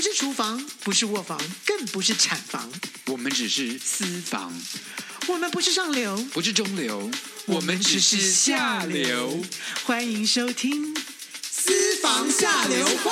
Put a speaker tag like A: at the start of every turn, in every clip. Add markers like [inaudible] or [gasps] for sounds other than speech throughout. A: 是厨房，不是卧房，更不是产房，
B: 我们只是私房，
A: 我们不是上流，
B: 不是中流，我们只是下流。。
A: 欢迎收听《
B: 私房下流话。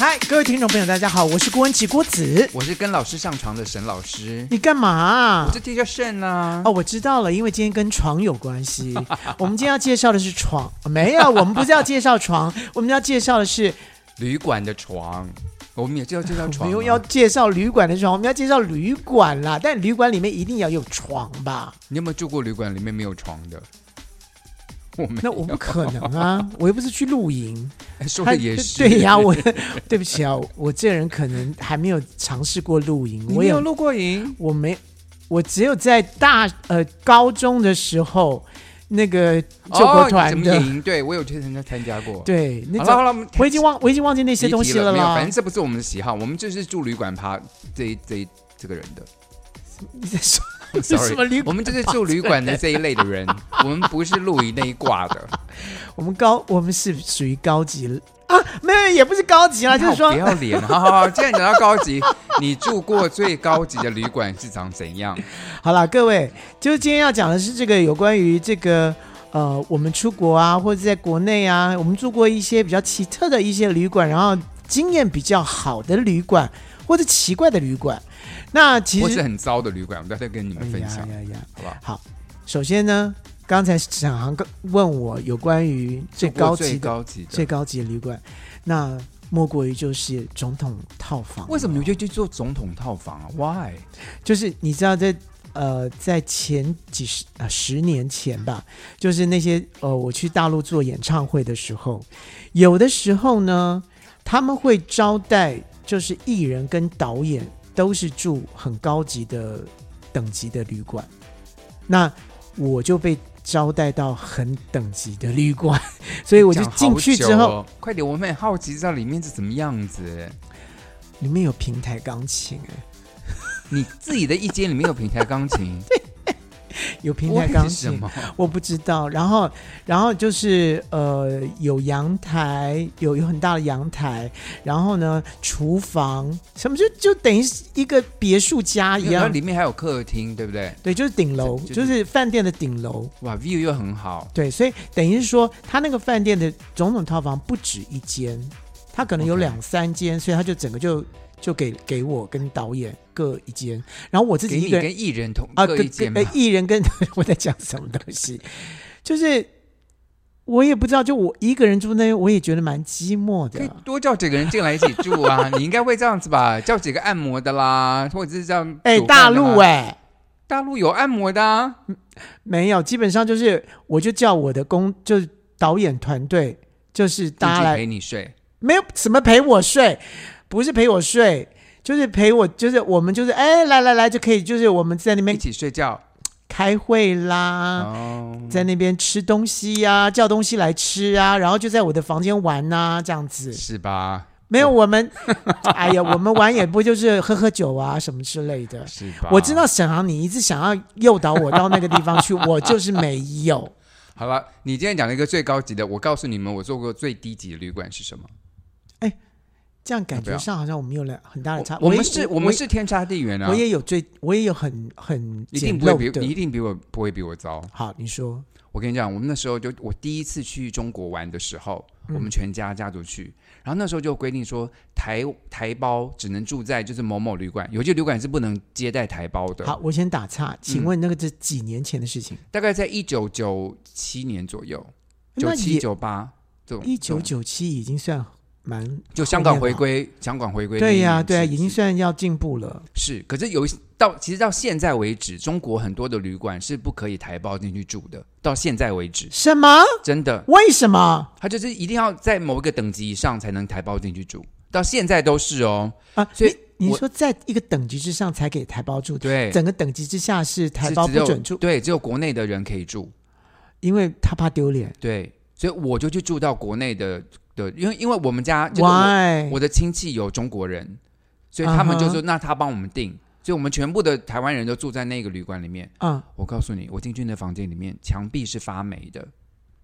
A: 嗨，各位听众朋友，大家好，我是郭文琪郭子。
B: 我是跟老师上床的沈老师，
A: 你干嘛啊、
B: 这题叫肾啊。
A: 哦，我知道了，因为今天跟床有关系。我们今天要介绍的是床，没有，我们不是要介绍床，我们要介绍的是
B: 旅馆的床，我们也知道这叫床、
A: 不
B: 啊。
A: 用要介绍旅馆的床，我们要介绍旅馆啦。但旅馆里面一定要有床吧？
B: 你有没有住过旅馆里面没有床的？我没
A: 那我不可能
B: [laughs]
A: 啊，我又不是去露营。[laughs]
B: 哎说
A: 他
B: 的也是。
A: 对呀、我 [laughs] 对不起啊，我这人可能还没有尝试过露营，
B: 你
A: 我
B: 没有
A: 有
B: 露过营？
A: 我没，我只有在大呃高中的时候那个救国
B: 哦
A: 团
B: 你怎么
A: 的，
B: 营？对我有去参加参加过。，
A: 对，那
B: 好
A: 种
B: 了好了，我们
A: 我已经忘我已经忘记那些东西
B: 了没有
A: 啦
B: 反。正这不是我们的喜好，我们就是住旅馆趴这一这一这个人的。
A: [laughs] 你在说
B: Sorry，
A: 什么旅
B: 我
A: 馆？
B: 们就是住旅馆的这一类的人，
A: [laughs]
B: 我们不是露营那一挂的。
A: [laughs] 我们高我们是属于高级啊，没有也不是高级啦，就是说
B: 不要脸！好好好，既然讲到高级， [laughs] 你住过最高级的旅馆是长怎样？
A: 好啦，各位，就是今天要讲的是这个有关于这个呃，我们出国啊，或者在国内啊，我们住过一些比较奇特的一些旅馆，然后经验比较好的旅馆，或者奇怪的旅馆。那其
B: 或
A: 实
B: 是很糟的旅馆，我待会跟你们分享，
A: 哎呀呀呀
B: 好不好？
A: 首先呢，刚才沈航哥问我有关于最高
B: 住过
A: 级
B: 最
A: 的
B: 高级
A: 最
B: 的，
A: 高级的旅馆，那莫过于就是总统套房。啊
B: 为什么你会去做总统套房啊？Why？
A: 就是你知道在呃在前几十啊、十年前吧，就是那些呃我去大陆做演唱会的时候，有的时候呢他们会招待就是艺人跟导演都是住很高级的等级的旅馆，那我就被。招待到很等级的旅馆，所以我就
B: 讲好
A: 进去之
B: 久
A: 后，
B: 哦，快点，我们很好奇知道里面是怎么样子。
A: 里面有平台钢琴，啊
B: 你自己的一间里面有平台钢
A: [laughs]
B: 琴，
A: 哎有平
B: 我
A: 台
B: 以为
A: 钢
B: 是什
A: 琴，
B: 么？
A: 我不知道。然后，然后就是呃，有阳台，有有很大的阳台，然后呢，厨房什么就就等于是一个别墅家一
B: 然后
A: 样。
B: 里面还有客厅，对不对？
A: 对，就是顶楼，
B: 就
A: 就是饭店的顶楼。
B: 哇，view 又很好，
A: 对，所以等于是说，他那个饭店的总统套房不止一间，他可能有
B: OK
A: 两三间，所以他就整个就就给给我跟导演各一间，然后我自
B: 给
A: 己一
B: 你
A: 个人
B: 跟艺人同
A: 啊，
B: 各
A: 跟
B: 一间嘛
A: 跟。呃艺人跟 [laughs] 我在讲什么东西，就是我也不知道，就我一个人住那，我也觉得蛮寂寞
B: 可以
A: 的。
B: 多叫几个人进来一起
A: [laughs]
B: 住啊！你应该会这样子吧？叫几个按摩的啦，或者是这样。
A: 哎，大陆
B: 哎、
A: 哎、
B: 大陆有按摩的、啊，
A: 没有，基本上就是我就叫我的工，就是导演团队，就是
B: 进
A: 大家
B: 去
A: 来，
B: 陪你睡。
A: 没有什么陪我睡，不是陪我睡。就是陪我，就是我们就是哎，来来来就可以，就是我们在那
B: 一
A: 边
B: 起睡觉
A: 开会啦，
B: 哦，
A: 在那边吃东西呀、叫东西来吃啊，然后就在我的房间玩呐、这样子。
B: 是吧？
A: 没有，我们， [laughs] 哎呀，我们玩也不就是喝喝酒啊什么之类的。
B: 是吧？
A: 我知。道沈航，你一直想要诱导我到那个地方
B: [laughs]
A: 去，我就是没有。
B: 好了，你今天讲了一个最高级的，我告诉你们，我做过最低级的旅馆是什么？
A: 这样感
B: 要不
A: 觉
B: 要
A: 上好像我们有了很大的差。
B: 我
A: 也
B: 们是，我们，是天差地远
A: 也
B: 啊！
A: 我也有最，我也有很很
B: 一定
A: 简
B: 不会
A: 陋
B: 比你
A: 的。
B: 一定比我不会比我糟。
A: 好，你说，
B: 我跟你讲，我们那时候就我第一次去中国玩的时候，
A: 嗯
B: 我们全家家族去，然后那时候就规定说台台胞只能住在就是某某旅馆，有些旅馆是不能接待台胞的。
A: 好，我先打岔，
B: 嗯
A: 请问那个是几年前的事情？
B: 大概在一九九七年左右，九
A: 那
B: 七
A: 也
B: 九八这种。
A: 一九
B: 这种
A: 九七已经算蛮
B: 就香港回
A: 后面了，
B: 归，香港回归那一
A: 对
B: 年
A: 呀、
B: 是。
A: 对呀、已经
B: 是
A: 算要进步了。
B: 是，可是有一到其实到现在为止，中国很多的旅馆是不可以台胞进去住的。到现在为止，
A: 什么？
B: 真的，
A: 为什么？
B: 他就是一定要在某一个等级以上才能台胞进去住，到现在都是哦。
A: 啊，
B: 所以
A: 你你
B: 我
A: 说在一个等级之上才给台胞住，
B: 对，
A: 整个等级之下是台
B: 是
A: 胞
B: 只
A: 不
B: 有
A: 准住，
B: 对，只有国内的人可以住，
A: 因为他怕丢脸。
B: 对，所以我就去住到国内的的，因为因为我们家啊就是我
A: Why？
B: 我的亲戚有中国人，所以他
A: 嗯
B: 们就说、那他帮我们订，所以我们全部的台湾人都住在那个旅馆里面。
A: 嗯，
B: 我告诉你，我进去那房间里面，墙壁是发霉的，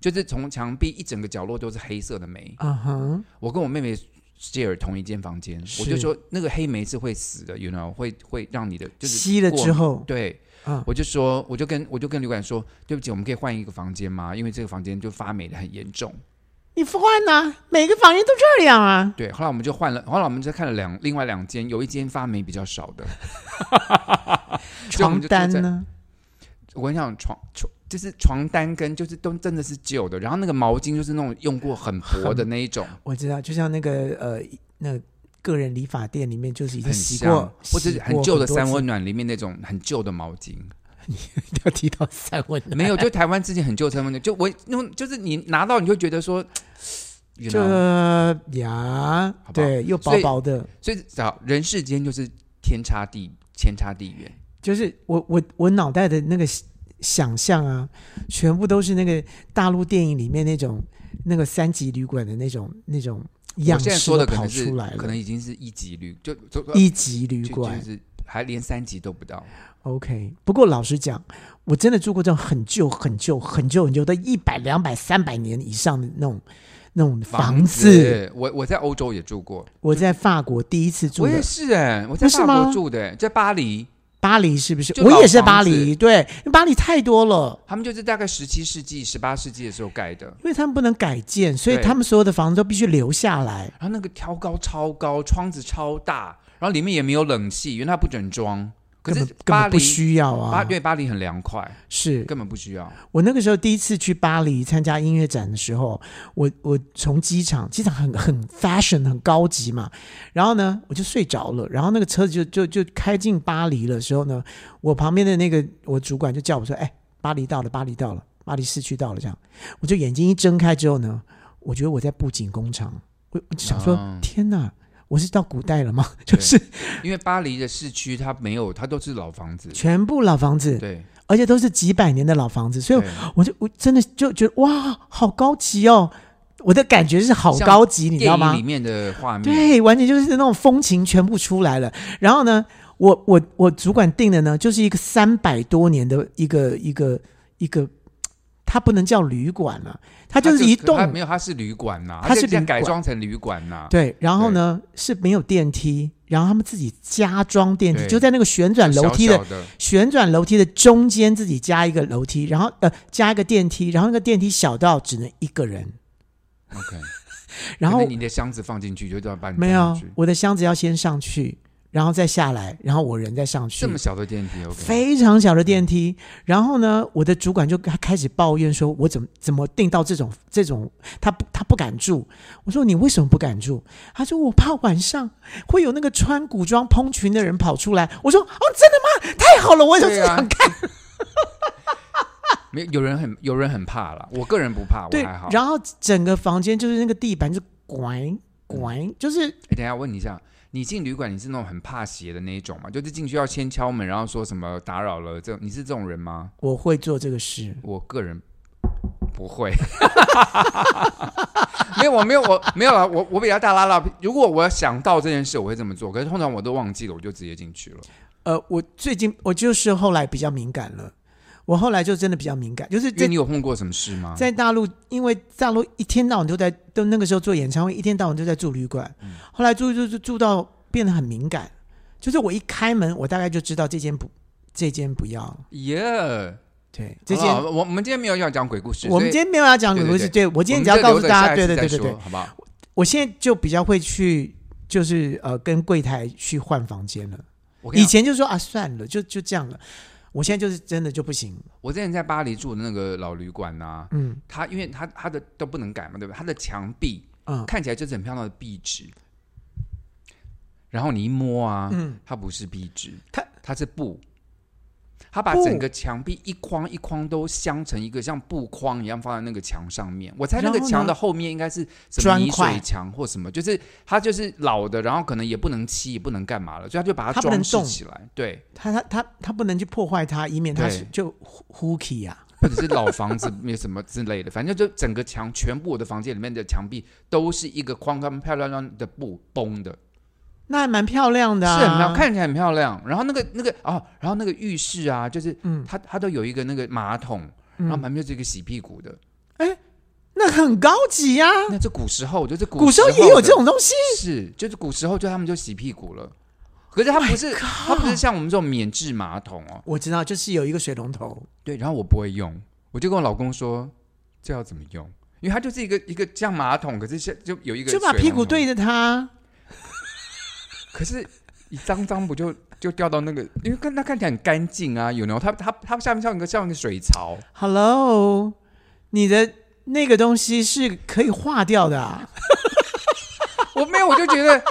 B: 就是从墙壁一整个角落都是黑色的霉。
A: 嗯哼，
B: 我跟我妹妹 share 同一间房间，
A: 是
B: 我就说那个黑莓是会死的，you know，会会让你的就是
A: 吸了
B: 过
A: 之后，
B: 对，
A: 嗯
B: 我就说，我就跟我就跟旅馆说，对不起，我们可以换一个房间吗？因为这个房间就发霉的很严重。
A: 你换呐、每个房间都这样啊。
B: 对，后来我们就换了，后来我们就看了两另外两间，有一间发霉比较少的。就我
A: 床
B: 们就
A: 单
B: 住在
A: 呢？
B: 我跟你讲，床床就是床单跟就是都真的是旧的，然后那个毛巾就是那种用过很薄的那一
A: [laughs]
B: 种，
A: 我知道，就像那个呃，那个人理发店里面就是已经
B: 很
A: 洗
B: 像
A: 过，
B: 或者
A: 洗
B: 是
A: 过
B: 很旧的
A: 多
B: 三
A: 次
B: 温暖里 [laughs] 面那种很旧的毛巾。
A: 要提到三温暖，
B: [laughs] 没有，就台湾之前很旧的三温暖，就我用就是你拿到你就觉得说，you know，
A: 这呀
B: 好不好，
A: 对，又薄
B: 所以
A: 薄的，
B: 所以找人世间就是天差地天差地远。
A: 就是我我我脑袋的那个想象啊，全部都是那个大陆电影里面那种那个三级旅馆的那种那种
B: 我
A: 样
B: 现在
A: 式
B: 说
A: 都
B: 的可
A: 跑
B: 能是
A: 出来了，
B: 可能已经是一级旅，就就
A: 一级旅
B: 就
A: 馆
B: 就。是还连三级都不到。
A: OK，不过老实讲，我真的住过这种很旧、很旧、很旧、很旧的，一百、两百、三百年以上的那种那种房子。
B: 子，我我在欧洲也住过，
A: 我在法国第一次住
B: 我也
A: 的
B: 是哎、我在
A: 不是
B: 法
A: 吗
B: 国住的、在巴黎，
A: 巴黎，是不是？
B: 就
A: 我
B: 老
A: 也是
B: 房
A: 巴
B: 子
A: 黎，对，巴黎太多了。
B: 他们就是大概十七世纪、十八世纪的时候盖的，
A: 因为他们不能改建，所以
B: 对
A: 他们所有的房子都必须留下来。
B: 然后那个挑高超高，窗子超大，然后里面也没有冷气，因为它不准装。可
A: 根
B: 是
A: 本根
B: 巴
A: 本
B: 黎
A: 不需要
B: 巴
A: 啊！
B: 对巴黎很凉快，
A: 是
B: 根本不需要。
A: 我那个时候第一次去巴黎参加音乐展的时候，我我从机场，机场很很 fashion 很高级嘛，然后呢我就睡着了，然后那个车子就就就开进巴黎的时候呢，我旁边的那个我主管就叫我说：“哎，巴黎到了，巴黎到了，巴黎市区到了。”这样，我就眼睛一睁开之后呢，我觉得我在布景工厂，我我就想说：“
B: 嗯
A: 天哪，我是到古代了吗？”就是
B: 因为巴黎的市区它没有，它都是老房子。
A: 全部老房子，
B: 对，
A: 而且都是几百年的老房子，所以
B: 对
A: 我就我真的就觉得哇，好高级哦！我的感觉是好高级，你知道
B: 电影
A: 吗
B: 里？面的画面，，
A: 对，啊完全就是那种风情全部出来了。然后呢，我我我主管定的呢，就是一个三百多年的一个一个一个，它不能叫旅馆了、它就是一
B: 它
A: 栋
B: 没有，它是旅馆呐、
A: 它是
B: 就这样
A: 旅馆
B: 改装成旅馆呐、
A: 对，然后呢是没有电梯，然后他们自己加装电梯，
B: 对
A: 就在那个旋转楼梯的
B: 小小的，
A: 旋转楼梯的中间自己加一个楼梯，然后呃加一个电梯，然后那个电梯小到只能一个人，
B: OK，
A: 然
B: 可
A: 后
B: 能你的箱子放进去就要把你
A: 没
B: 放
A: 有
B: 进去
A: 我的箱子要先上去，然后再下来，然后我人再上去
B: 这，么小的电梯 OK，
A: 非常小的电梯。然后呢，我的主管就开始抱怨说，我怎么怎么订到这种这种，他不他不敢住。我说你为什么不敢住？他说我怕晚上会有那个穿古装蓬裙的人跑出来。我说哦，真的吗？太好了，我就是
B: 对啊
A: 想看。
B: 没有有人很有人很怕啦，我个人不怕，
A: [laughs]
B: 我
A: 对
B: 还好。，
A: 然后整个房间就是那个地板就拐拐，就是
B: 哎，等一下问你一下，你进旅馆你是那种很怕邪的那一种吗？就是进去要先敲门，然后说什么打扰了，这你是这种人吗？
A: 我会做这个事。
B: 我个人不会。 [laughs] 没有，我没有，我没有啊，我我比较大拉拉。如果我想到这件事，我会这么做。可是通常我都忘记了，我就直接进去了。
A: 呃，我最近我就是后来比较敏感了，我后来就真的比较敏感，就是
B: 因为
A: 在
B: 你有碰过什么事吗？
A: 在大陆，因为大陆一天到晚都在，都那个时候做演唱会，一天到晚都在住旅馆，
B: 嗯
A: 后来住住住住到变得很敏感，就是我一开门，我大概就知道这间不这间不要，
B: 耶、
A: 对这
B: 之
A: 间
B: 前我我们今天没有要讲鬼故事，
A: 我们今
B: 所以
A: 天没有要讲鬼故事，
B: 对
A: 对我今
B: 我
A: 天
B: 们
A: 只要
B: 就
A: 告
B: 留
A: 诉
B: 着
A: 大
B: 下
A: 家，对
B: 一次
A: 对对
B: 再
A: 对对
B: 说，好不好？
A: 我现在就比较会去，就是呃，跟柜台去换房间了。
B: 我跟你
A: 以
B: 讲，
A: 前就说啊，算了，就就这样了。我现在就是真的就不行，
B: 我之前在巴黎住的那个老旅馆啊呐、
A: 嗯
B: 它因为它它的都不能改嘛，对吧？它的墙壁
A: 嗯
B: 看起来就是很漂亮的壁纸，然后你一摸啊，
A: 嗯，
B: 它不是壁纸，
A: 它
B: 它是布，它把
A: 布
B: 整个墙壁一框一框都镶成一个像布框一样放在那个墙上面。我猜那
A: 然
B: 个
A: 后呢
B: 墙的后面应该是什么
A: 砖
B: 泥
A: 块
B: 水墙或什么，就是它就是老的，然后可能也不能漆，也不能干嘛了，所以它就把
A: 它
B: 它
A: 不能
B: 装饰
A: 动
B: 起来，对，
A: 他他他他不能去破坏它，以免它
B: 对
A: 是就 hooky 啊。
B: 或者是老房子没有什么之类的，反正就整个墙，全部我的房间里面的墙壁都是一个框框漂亮亮的布绷的，
A: 那还蛮漂亮的、啊，
B: 是很漂，看起来很漂亮。然后那个那个哦，然后那个浴室啊，就是
A: 嗯
B: 它它都有一个那个马桶，然后
A: 嗯，
B: 旁边就是一个洗屁股的，
A: 那很高级呀、
B: 那这古时候就是古
A: 古时候
B: 候
A: 也有
B: 的
A: 这种东西，
B: 是，就是古时候就他们就洗屁股了。可是他不
A: Oh
B: 是，他不是像我们这种免治马桶哦。
A: 我知道，就是有一个水龙头，
B: 对，然后我不会用，我就跟我老公说这要怎么用，因为它就是一个一个像马桶，可是像就有一个
A: 就把
B: 水
A: 屁
B: 龙
A: 股
B: 头，
A: 对着它。
B: 可是一脏脏不就就掉到那个，因为看它看起来很干净啊，有没有？它它它下面像一个像一个水槽，
A: Hello，你的那个东西是可以化掉的、
B: [laughs]
A: 啊，
B: 我没有，我就觉得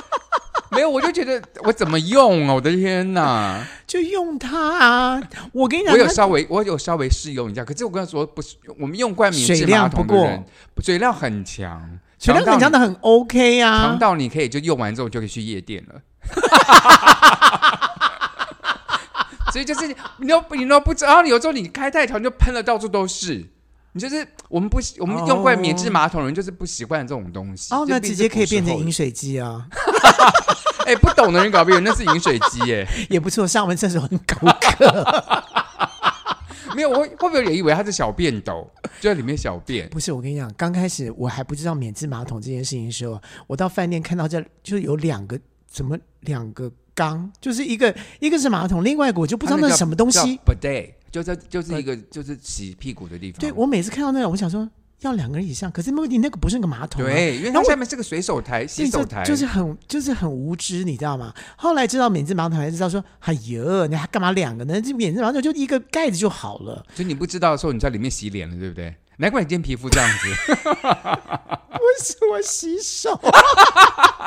B: 没有，我就觉得我怎么用啊？我的天
A: [laughs]
B: 哪！
A: 就用它啊！我跟你讲，
B: 我有
A: 它
B: 稍微，我有稍微试用一下，可是我跟他说，不是我们用惯免
A: 水
B: 治马
A: 量不
B: 桶的
A: 过
B: 人，水量很强，
A: 水量很强
B: 强到
A: 的很 OK
B: 你强
A: 啊。
B: 到你可以就用完之后就可以去夜店了。 [laughs] 所以就是你都你都不知道，然后有时候你开太长就喷了到处都是。你就是我们不喜，我们用惯免治马桶的人就是不习惯这种东西。
A: 哦，
B: 这
A: 那
B: 毕
A: 直
B: 竟
A: 接
B: 是
A: 可以
B: 古时
A: 变成
B: 候
A: 饮水机啊， [laughs]
B: 哎、不懂的人搞不懂，那是饮水机耶、 [laughs]
A: 也不错。上完厕所很口渴，
B: 没有，我会会不会也以为它是小便斗，就在里面小便？
A: 不是我跟你讲，刚开始我还不知道免治马桶这件事情的时候，我到饭店看到这就有两个，怎么两个缸，就是一个一个是马桶，另外一个我就不知道那是什么东西。
B: b i d e 就在就是一个就是洗屁股的地方。
A: 对我每次看到那种，我想说要两个人以上，可是问题那个不是个马桶、啊，
B: 对，因为
A: 然后
B: 它
A: 我
B: 下面是个水手台、洗
A: 对，
B: 手台，
A: 就就是很就是很无知，你知道吗？后来知道免治马桶，才知道说，哎呦，你还干嘛两个呢？这免治马桶就一个盖子就好了。
B: 所以你不知道的时候，你在里面洗脸了，对不对？难怪你今天皮肤这样
A: [laughs]
B: 子，
A: 不是我洗手， [laughs]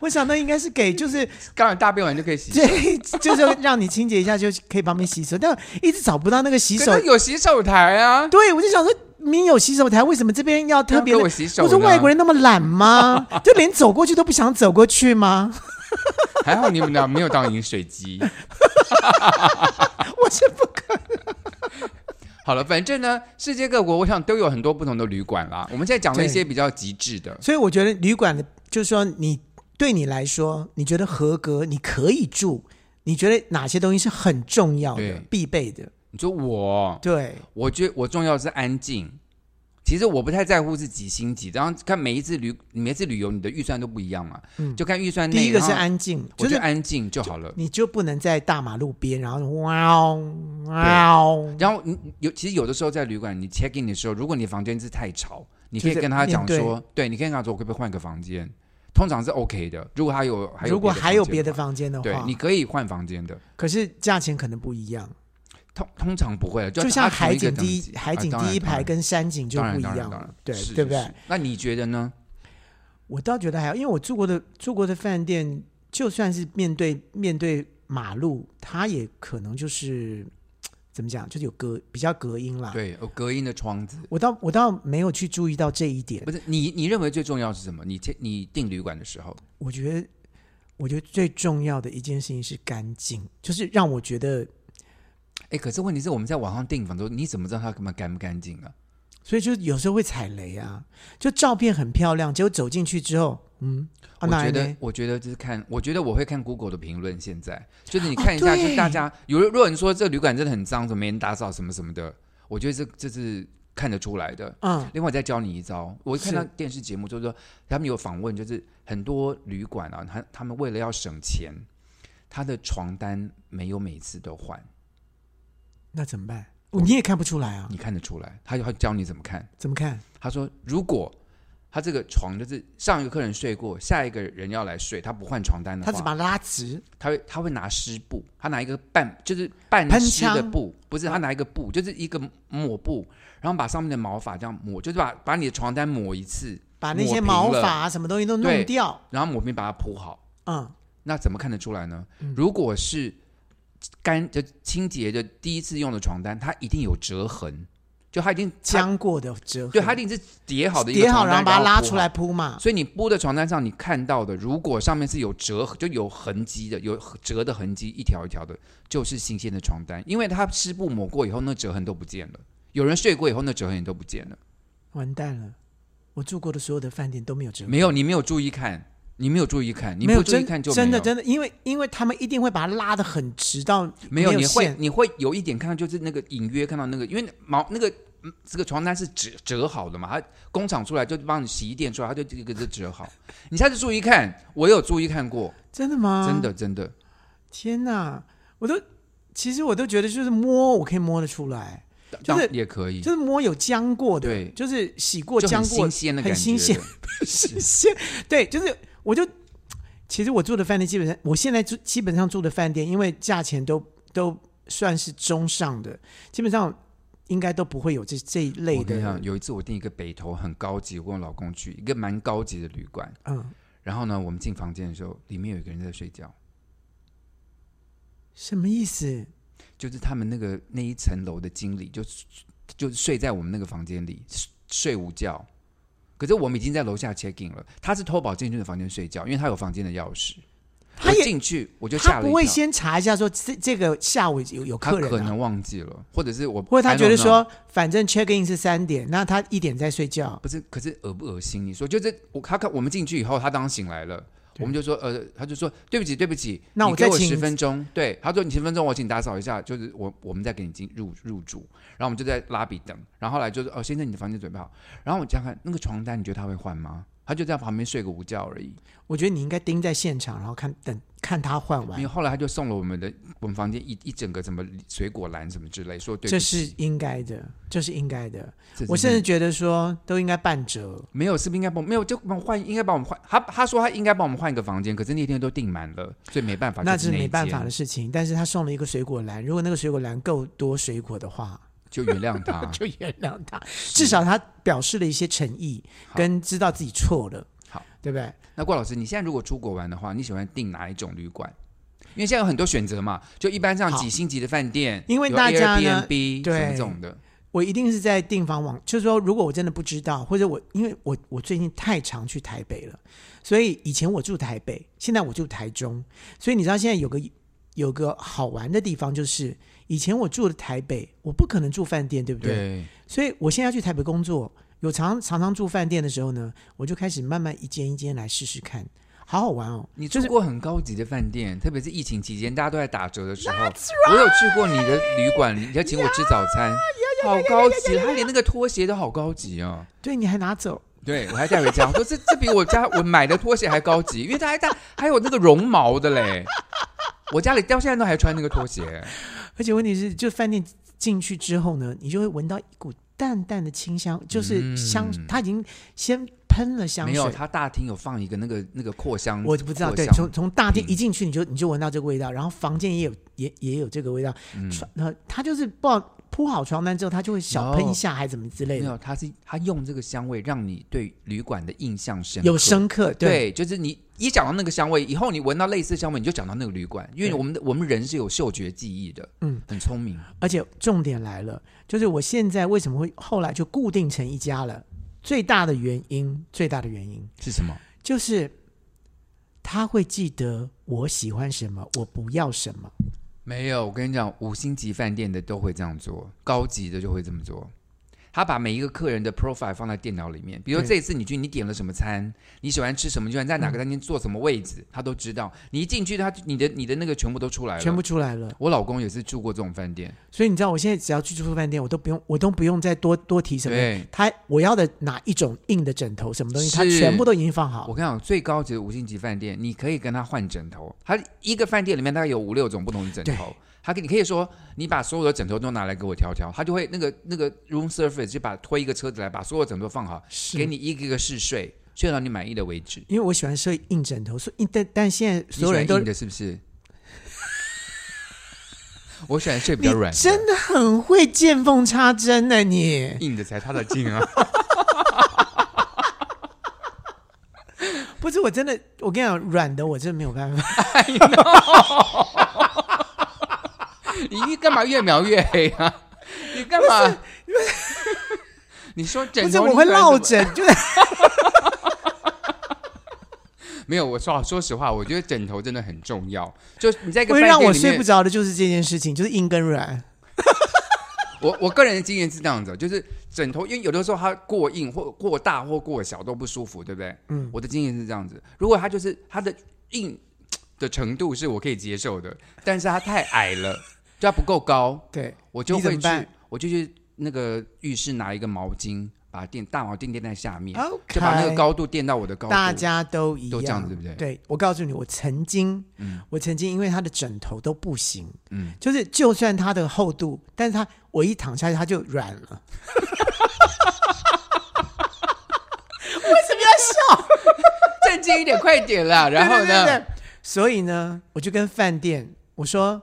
A: 我想那应该是给就是
B: 刚好大便完就
A: [laughs]
B: 可以洗。
A: 对，就是让你清洁一下就可以帮忙洗手，但一直找不到那个洗手
B: 可是。有洗手台啊，
A: 对，我就想说，明有洗手台，为什么这边要特别
B: 要
A: 的？
B: 给我洗手呢
A: 我说外国人那么懒
B: [laughs]
A: 吗？就连走过去都不想走过去吗？
B: 还好你们俩没有当饮水机。
A: 我是不可
B: 好了，反正呢，世界各国我想都有很多不同的旅馆啦。我们现在讲了一
A: 对
B: 些比较极致
A: [laughs]
B: 的，
A: 所以我觉得旅馆的，就是说你对你来说，你觉得合格，你可以住，你觉得哪些东西是很重要的
B: 对、
A: 必备的？
B: 你说我，
A: 对，
B: 我觉得我重要的是安静。其实我不太在乎是几星级，然后看每一次旅每一次旅游你的预算都不一样嘛，
A: 嗯
B: 就看预算内。
A: 第一个是
B: 然后，
A: 安静，
B: 我
A: 就
B: 就是安静就好了。
A: 你就不能在大马路边，然后哇哦哇哦，
B: 然后你有其实有的时候在旅馆你 check in 的时候，如果你房间是太吵，你可以
A: 就是
B: 跟他讲
A: 面对
B: 说，对，你可以跟他说我可不可以换个房间，通常是 OK 的。如果他有还有
A: 如果还有别的
B: 房
A: 房间的
B: 间的话，
A: 话
B: 对，，你可以换房间的。
A: 可是价钱可能不一样，
B: 通通常不会，啊
A: 就
B: 他
A: 像
B: 同
A: 海
B: 一个
A: 景
B: 等
A: 第
B: 级
A: 一海
B: 啊
A: 景
B: 当然
A: 第一
B: 当
A: 排
B: 然
A: 跟山景就
B: 当然
A: 不一
B: 当然
A: 样
B: 当然
A: 了，对
B: 是是
A: 对不对
B: 是？那你觉得呢？
A: 我倒觉得还好，因为我住过的住过的饭店，就算是面对面对马路，它也可能就是怎么讲，就是有隔比较隔音啦。
B: 对，有隔音的窗子。
A: 我倒我倒没有去注意到这一点
B: 不，是你，你认为最重要是什么？你签你订旅馆的时候，
A: 我觉得我觉得最重要的一件事情是干净，就是让我觉得，
B: 哎，可是问题是我们在网上订房的时候，你怎么知道它干嘛干不干净啊？
A: 所以就有时候会踩雷啊，就照片很漂亮，结果走进去之后，嗯，啊
B: 我
A: 那
B: 觉
A: 还
B: 得
A: 没，
B: 我觉得就是看，我觉得我会看 Google 的评论。现在就是你
A: 哦
B: 看一下，
A: 对
B: 就大家有人如果你说这旅馆真的很脏，怎么没人打扫什么什么的，我觉得这这是看得出来的。
A: 嗯，
B: 另外再教你一招，我看
A: 是
B: 到电视节目就是说他们有访问，就是很多旅馆啊，他他们为了要省钱，他的床单没有每次都换，
A: 那怎么办？你也看不出来啊？
B: 你看得出来，他就会教你怎么看。
A: 怎么看？
B: 他说，如果他这个床就是上一个客人睡过，下一个人要来睡，他不换床单的
A: 他
B: 话，
A: 只把它拉直，
B: 他会他会拿湿布，他拿一个半就是半
A: 喷
B: 湿的
A: 枪嗯
B: 布，不是他拿一个布，就是一个抹布，然后把上面的毛发这样抹，就是把把你的床单抹一次，
A: 把那些
B: 抹平
A: 毛
B: 了
A: 发啊什么东西都弄
B: 对
A: 掉。
B: 然后抹平把它铺好。
A: 嗯，
B: 那怎么看得出来呢？如果是干就清洁的第一次用的床单，它一定有折痕，就它一定它
A: 浆过的折
B: 对
A: 痕，
B: 它一定是叠好的一个
A: 叠好，
B: 床
A: 然
B: 单，
A: 后把它拉
B: 铺
A: 出
B: 好
A: 来铺嘛。
B: 所以你铺的床单上，你看到的，如果上面是有折，就有痕迹的，有折的痕迹，一条一条的，就是新鲜的床单，因为它湿布抹过以后，那折痕都不见了。有人睡过以后，那折痕也都不见了。
A: 完蛋了，我住过的所有的饭店都没有折痕，
B: 没有，你没有注意看，你没有注意看，你
A: 没
B: 不
A: 有
B: 注意
A: 真
B: 看就没有
A: 真的真的，因为因为他们一定会把它拉得很直到
B: 没有，你会
A: 线
B: 你会有一点看到，就是那个隐约看到那个，因为毛那个嗯这个床单是折折好的嘛，它工厂出来就帮你洗衣店出来，它就这个就折好。你下次注意看，我有注意看过，
A: 真的吗？
B: 真，的真的。
A: 天哪！我都其实我都觉得就是摸，我可以摸得出来，
B: 当也可以，
A: 就是摸有浆过的，
B: 嗯对
A: 就是洗过
B: 就
A: 浆
B: 很
A: 过
B: 新，鲜的
A: 很
B: 感觉，
A: 新鲜新鲜，对，就是我就其实我住的饭店基本上，我现在住基本上住的饭店，因为价钱都都算是中上的，基本上应该都不会有这这一类
B: 我跟你
A: 的
B: 讲，，有一次我订一个北投很高级，我跟我老公去一个蛮高级的旅馆，
A: 嗯，
B: 然后呢，我们进房间的时候，里面有一个人在睡觉，
A: 什么意思？
B: 就是他们那个那一层楼的经理就就是睡在我们那个房间里睡睡午觉，可是我们已经在楼下 check in 了，他是偷跑进去的房间睡觉，因为他有房间的钥匙，
A: 他
B: 我
A: 也
B: 进去我就
A: 他
B: 吓了
A: 不会
B: 一跳，
A: 先查一下说这这个下午有有
B: 他
A: 客人、啊，
B: 可能忘记了，或者是我
A: 或者他
B: I don't
A: 觉得
B: know
A: 说，反正 check in 是三点，那他一点在睡觉。
B: 啊不是，可是恶不恶心？你说，就是我他看我们进去以后，他当然醒来了，
A: 对
B: 我们就说，呃，他就说对不起，对不起，
A: 那
B: 你
A: 我
B: 给
A: 再
B: 我
A: 请
B: 十分钟，对，他说你十分钟，我请打扫一下，就是我我们再给你进入入住，然后我们就在拉比等，然后后来就是哦，先生你的房间准备好，然后我想想看那个床单，你觉得他会换吗？他就在旁边睡个午觉而已，
A: 我觉得你应该盯在现场，然后看等看他换
B: 因为
A: 完，
B: 后来他就送了我们的我们房间一一整个什么水果篮什么之类，说对
A: 这
B: 不起，
A: 是应该的，这是应该的。
B: 这
A: 我
B: 真
A: 甚
B: 的
A: 至觉得说都应该半折。
B: 没有，是不是应该帮我没有就帮我换？应该帮我们换。他他说他应该帮我们换一个房间，可是那天都订满了，所以没办法。
A: 那
B: 就是那一
A: 没办法
B: 间
A: 的，事情，但是他送了一个水果篮，如果那个水果篮够多水果的
B: [laughs]
A: 话，。
B: 就原谅他 [laughs]
A: 就原谅他。至少他表示了一些诚意，
B: 好
A: 跟知道自己错了，
B: 好，
A: 对不对？
B: 那郭老师，你现在如果出国玩的话，你喜欢订哪一种旅馆？因为现在有很多选择嘛，就一般像
A: 好
B: 几星级的饭店，
A: 因为
B: 有
A: 大家呢
B: Airbnb
A: 对
B: 什么这种的，
A: 我一定是在订房网，就是说，如果我真的不知道，或者我因为我我最近太常去台北了，所以以前我住台北，现在我住台中，所以你知道现在有个有个好玩的地方就是，以前我住的台北，我不可能住饭店，对不对？
B: 对，
A: 所以我现在去台北工作，有常常常住饭店的时候呢，我就开始慢慢一间一间来试试看，好好玩哦。
B: 你
A: 就
B: 住
A: 是
B: 过很高级的饭店，特别是疫情期间大家都在打折的时候我有去过你的旅馆，你要请我吃早餐，好高级，他连那个拖鞋都好高级哦。
A: 对，你还拿走，
B: 对，我还带回家，我说这这比我家我买的拖鞋还高级，因为它还带还有那个绒毛的嘞。我家里到现在都还穿那个拖
A: 啊
B: 鞋，
A: 而且问题是，就饭店进去之后呢，你就会闻到一股淡淡的清香，就是香，
B: 嗯
A: 它已经先喷了香
B: 没有。
A: 水。
B: 它大厅有放一个那个那个扩香，
A: 我就不知道，
B: 扩
A: 对，
B: 香
A: 从从大厅
B: 嗯
A: 一进去，你就你就闻到这个味道，然后房间也有也也有这个味道，
B: 嗯
A: 床呃，它就是不好铺好床单之后，它就会小喷一下，还怎么之类
B: 哦没
A: 的，
B: 有，它是它用这个香味让你对旅馆的印象深刻
A: 有深刻，对，
B: 对，就是你一讲到那个香味，以后你闻到类似香味，你就讲到那个旅馆，因为
A: 对
B: 我们的我们人是有嗅觉记忆的，
A: 嗯，
B: 很聪明，
A: 而且重点来了，就是我现在为什么会后来就固定成一家了，最大的原因，最大的原因
B: 是什么？
A: 就是他会记得我喜欢什么，我不要什么。
B: 没有，我跟你讲，五星级饭店的都会这样做，高级的就会这么做。他把每一个客人的 profile 放在电脑里面，比如说
A: 对
B: 这一次你去，你点了什么餐，你喜欢吃什么，你喜欢在哪个餐厅坐什么位
A: 嗯
B: 置，他都知道。你一进去，他你的你的那个全部都出来了。
A: 全部。出来了。
B: 我老公也是住过这种饭店，
A: 所以你知道，我现在只要去住饭店，我都不用，我都不用再多多提什么。
B: 对。
A: 他我要的哪一种硬的枕头，什么东西，
B: 是
A: 他全部都已经放
B: 我
A: 好。
B: 跟你讲，最高级的五星级饭店，你可以跟他换枕头。他一个饭店里面大概有五六种不同的枕头，他你可以说你把所有的枕头都拿来给我挑挑，他就会那个那个 room service 就把推一个车子来，把所有枕头放好，
A: 是
B: 给你，一个一个试睡，睡到你满意的为止。
A: 因为我喜欢睡硬枕头，所以但但现在所有人
B: 你喜欢
A: 都
B: 硬的是不是？ [laughs] 我喜欢睡比
A: 你
B: 较软，
A: 真的很会见缝插针呢、你
B: 硬的才踏得进啊。
A: [laughs] 不是我真的，我跟你讲，软的我真的没有办法。
B: 你你干嘛越描越黑啊？ [laughs] 你干嘛？ [laughs] 你说枕
A: 不
B: 头
A: 是
B: 你
A: 我会
B: 喜欢
A: 落
B: 什么
A: 枕，就是
B: 没有，我说说实话，我觉得枕头真的很重要。就你在一个
A: 会
B: 饭
A: 让
B: 店
A: 我
B: 里
A: 睡不
B: 面，
A: 着的就是这件事情，就是硬跟软。
B: 我我个人的经验是这样子，哦就是枕头，因为有的时候它过硬或过大或过小都不舒服，对不对？
A: 嗯，
B: 我的经验是这样子，如果它就是它的硬的程度是我可以接受的，但是它太矮了，就它不够高，
A: 对，
B: 我就
A: 你怎
B: 会
A: 么
B: 去
A: 办，
B: 我就去那个浴室拿一个毛巾，把垫大毛巾垫在下面，
A: OK，
B: 嗯就把那个高度垫到我的高度。
A: 大家都一样，
B: 都这样子对不对
A: 我告诉你，我曾经，
B: 嗯
A: 我曾经因为他的枕头都不行，
B: 嗯，
A: 就是就算它的厚度，但是它我一躺下去它就软
B: [laughs]
A: 了。 [laughs] 为什么要笑？
B: 震惊一点，快点啦！然后呢？
A: 对对对对所以呢，我就跟饭店我说，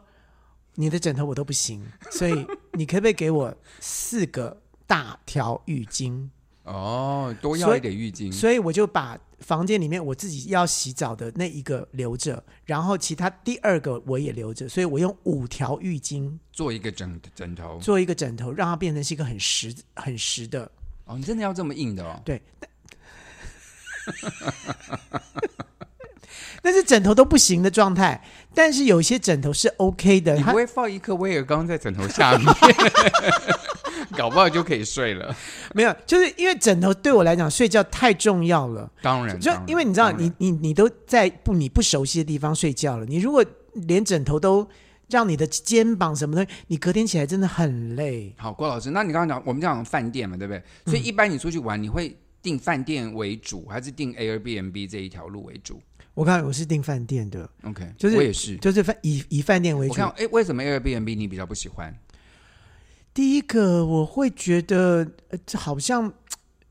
A: 你的枕头我都不 [laughs] 行，所以你可不可以给我四个大条浴巾？
B: 哦，多
A: 所
B: 要
A: 以
B: 一点浴巾。
A: 所以我就把房间里面我自己要洗澡的那一个留着，然后其他第二个我也留着，所以我用五条浴巾
B: 做一个枕枕头。
A: 做一个枕头，让它变成是一个很实很实的。
B: 哦，你真的要这么硬的哦？
A: 对，但那是枕头都不行的状态，但是有些枕头是 OK 的，
B: 你不
A: 它
B: 会放一颗威尔刚在枕头下面， [laughs] 搞不好就可以睡了。
A: 没有，就是因为枕头对我来讲睡觉太重要了，
B: 当然，
A: 就
B: 当然
A: 因为你知道，
B: 当然
A: 你你你都在不你不熟悉的地方睡觉了，你如果连枕头都让你的肩膀什么的，你隔天起来真的很累。
B: 好，郭老师，那你刚刚讲我们讲饭店嘛，对不对？
A: 嗯
B: 所以一般你出去玩，你会订饭店为主，还是订 Airbnb 这一条路为主
A: 我告诉你，我是订饭店的，
B: ？OK，
A: 就是
B: 我也是。
A: 就是饭以以饭店为
B: 我
A: 主
B: 看，。哎，为什么 Airbnb 你比较不喜欢？ [laughs]
A: 第一个我会觉得，呃，这好像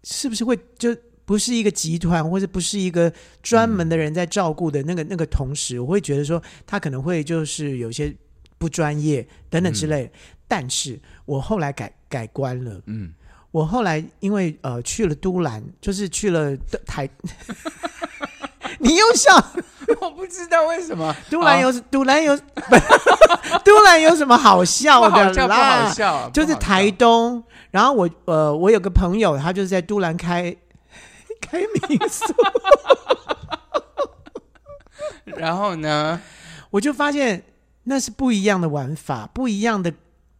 A: 是不是会就不是一个集团，或者不是一个专门的人在照顾的那
B: 嗯
A: 个、那个同时，我会觉得说他可能会就是有些不专业等等之类的。但是我后来改改观了，
B: 嗯，
A: 我后来因为呃去了都兰，就是去了台， [laughs] 你又笑，
B: 我不知道为
A: [laughs]
B: 什么
A: 都兰有、都兰有， [laughs] 都兰有什么好
B: 不
A: 笑
B: 好
A: 的
B: 笑，不
A: 啦？
B: 好笑，
A: 就是
B: 不好笑
A: 台东。然后我呃，我有个朋友，他就是在都兰开 [laughs] 开民宿， [laughs]
B: 然后呢？
A: 我就发现那是不一样的玩法，不一样的，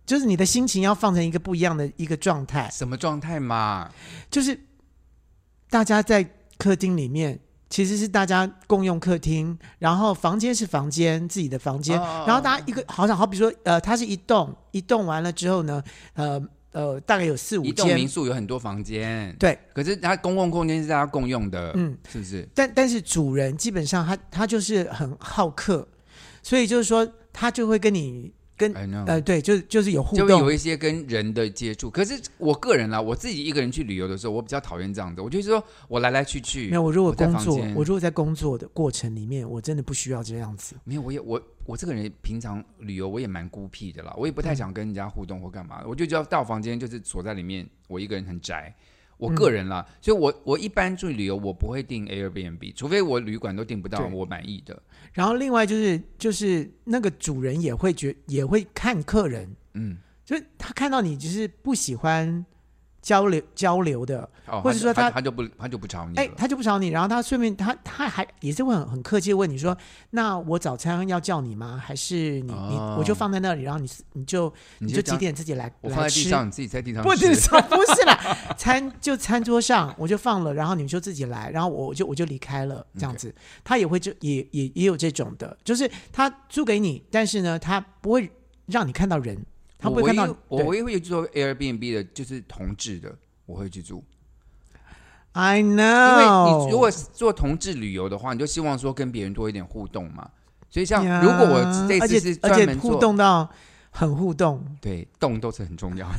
A: 就是你的心情要放成一个不一样的一个状态，
B: 什么状态嘛？
A: 就是大家在客厅里面。其实是大家共用客厅，然后房间是房间自己的房间，
B: 哦哦哦
A: 然后大家一个好像好比说，呃，它是一栋，一栋完了之后呢，呃呃，大概有四五
B: 一栋
A: 间
B: 民，宿有很多房间，
A: 对，
B: 可是它公共空间是大家共用的，
A: 嗯，
B: 是不是？
A: 但但是主人基本上他他就是很好客，所以就是说他就会跟你跟
B: I know
A: 呃对，就是就是有互
B: 嗯就会有
A: 动，
B: 一些跟人的接触。可是我个人啦，我自己一个人去旅游的时候，我比较讨厌这样子。我就是说我来来去去，
A: 没有我如果
B: 我在
A: 工
B: 房
A: 作，
B: 间
A: 我如果在工作的过程里面，我真的不需要这样子。
B: 没有，我也我我这个人平常旅游我也蛮孤僻的啦，我也
A: 嗯
B: 不太想跟人家互动或干嘛的，我就只要到房间就是锁在里面，我一个人很宅。我
A: 嗯
B: 个人啦，所以我我一般去旅游我不会订 Airbnb，除非我旅馆都订不到
A: 对
B: 我满意的。
A: 然后另外就是就是那个主人也会觉也会看客人，
B: 嗯，
A: 就是他看到你就是不喜欢交流交流的，
B: 哦，
A: 或者说他
B: 他他就不他就不吵你了。
A: 哎、他就不找你，然后他顺便他他还也是会很很客气地问你说，那我早餐要叫你吗？还是你、你
B: 哦
A: 我就放在那里，然后你你就
B: 你
A: 你
B: 就
A: 就
B: 这样
A: 几点自己来
B: 我放在地。
A: 来吃
B: 上，你自己在地上
A: 不 [laughs]
B: 吃
A: 是不是啦，餐就餐桌上我就放了，然后你们就自己来，然后我我就我就离开了这样子。他也会就也也也有这种的，就是他租给你，但是呢，他不会让你看到人，他不
B: 我
A: 会
B: 唯
A: 看
B: 一
A: 到
B: 我
A: 对
B: 唯一会去做 Airbnb 的就是同志的，我会去住，
A: I
B: 因
A: know，
B: 为你如果是做同志旅游的话，你就希望说跟别人多一点互动嘛。所以像
A: 呀
B: 如果我这
A: 而
B: 次
A: 且
B: 是
A: 而
B: 专
A: 且
B: 门
A: 互
B: 做，
A: 动到很互动，
B: 对动都是很重要的。 [laughs]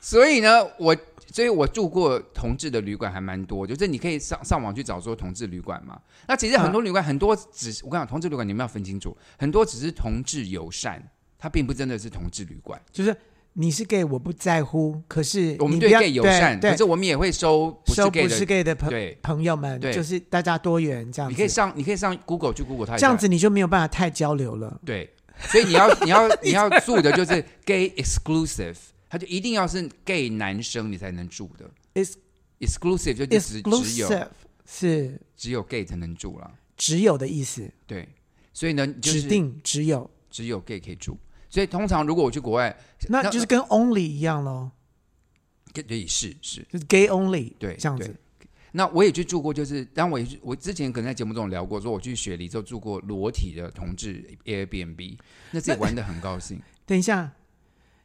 B: 所以呢，我所以我住过同志的旅馆还蛮多，就是你可以上上网去找说同志旅馆嘛。那其实很多
A: 啊
B: 旅馆、很多只是我跟你讲，同志旅馆你们要分清楚，很多只是同志友善，它并不真的是同志旅馆。
A: 就是你是 gay，我不在乎，可是
B: 我们
A: 你
B: 对
A: 不要
B: gay 友善，
A: 对
B: 可是
A: 对
B: 我们也会收不是
A: 收
B: gay
A: 不是
B: 的，
A: gay 的朋
B: 对。
A: 朋友们，
B: 对
A: 就是大家多元这样子，
B: 你可以上，你可以上 Google 去 Google 它一
A: 这样
B: 下
A: 子你就没有办法太交流了。
B: 对，所以你要你要你要住的就是 gay exclusive，它就一定要是 gay 男生你才能住的
A: Ex-
B: exclusive 就只只有
A: exclusive 是
B: 只有 gay 才能住了，
A: 只有的意思，
B: 对，所以呢就是
A: 指定只有，
B: 只有 gay 可以住，所以通常如果我去国外，
A: 那就是跟 only 一样咯，
B: 跟对是是。
A: 就是 gay only，
B: 对
A: 这样子
B: 对。那我也去住过，就是，当我也去我之前可能在节目中有聊过，说我去雪梨之后住过裸体的同志 Airbnb，那次也玩的很高兴。
A: 等一下，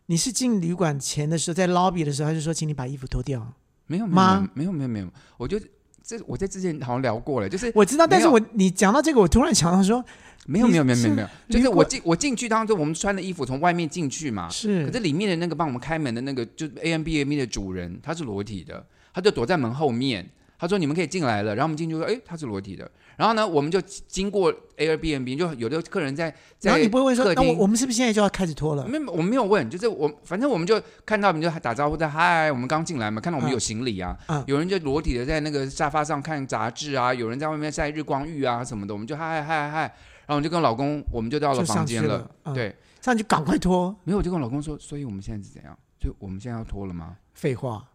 A: 你是进旅馆前的时候，在 lobby 的时候，他就说请你把衣服脱掉。
B: 没有没有
A: 吗
B: 没有没有没有，我就这我在之前好像聊过了，就是
A: 我知道，但是
B: 没有
A: 我你讲到这个，我突然想到说，
B: 没有没有没有没有
A: 是
B: 没有，就是
A: 旅
B: 我
A: 馆
B: 进我进去当中，我们穿的衣服从外面进去嘛，啊可
A: 是
B: 是里面的那个帮我们开门的那个，就是 A M B M E 的主人，他是裸体的，他就躲在门后面。他说：“你们可以进来了。”然后我们进去说：“哎，他是裸体的。”然后呢，我们就经过 Airbnb，就有的客人在在
A: 然后你不会问
B: 客
A: 说，那
B: 厅
A: 我我们是不是现在就要开始脱了？
B: 没有，我没有问，就是我反正我们就看到，我们就打招呼的嗨，我们刚进来嘛，看到我们
A: 嗯
B: 有行李啊，
A: 嗯
B: 有人就裸体的在那个沙发上看杂志啊，有人在外面晒日光浴啊什么的，我们就嗨嗨嗨嗨，然后我就跟老公，我们就到了
A: 就
B: 房
A: 上去
B: 间
A: 了，嗯，
B: 对，
A: 上去赶快脱。
B: 没有我就跟老公说，所以我们现在是怎样？就我们现在要脱了吗？
A: 废话，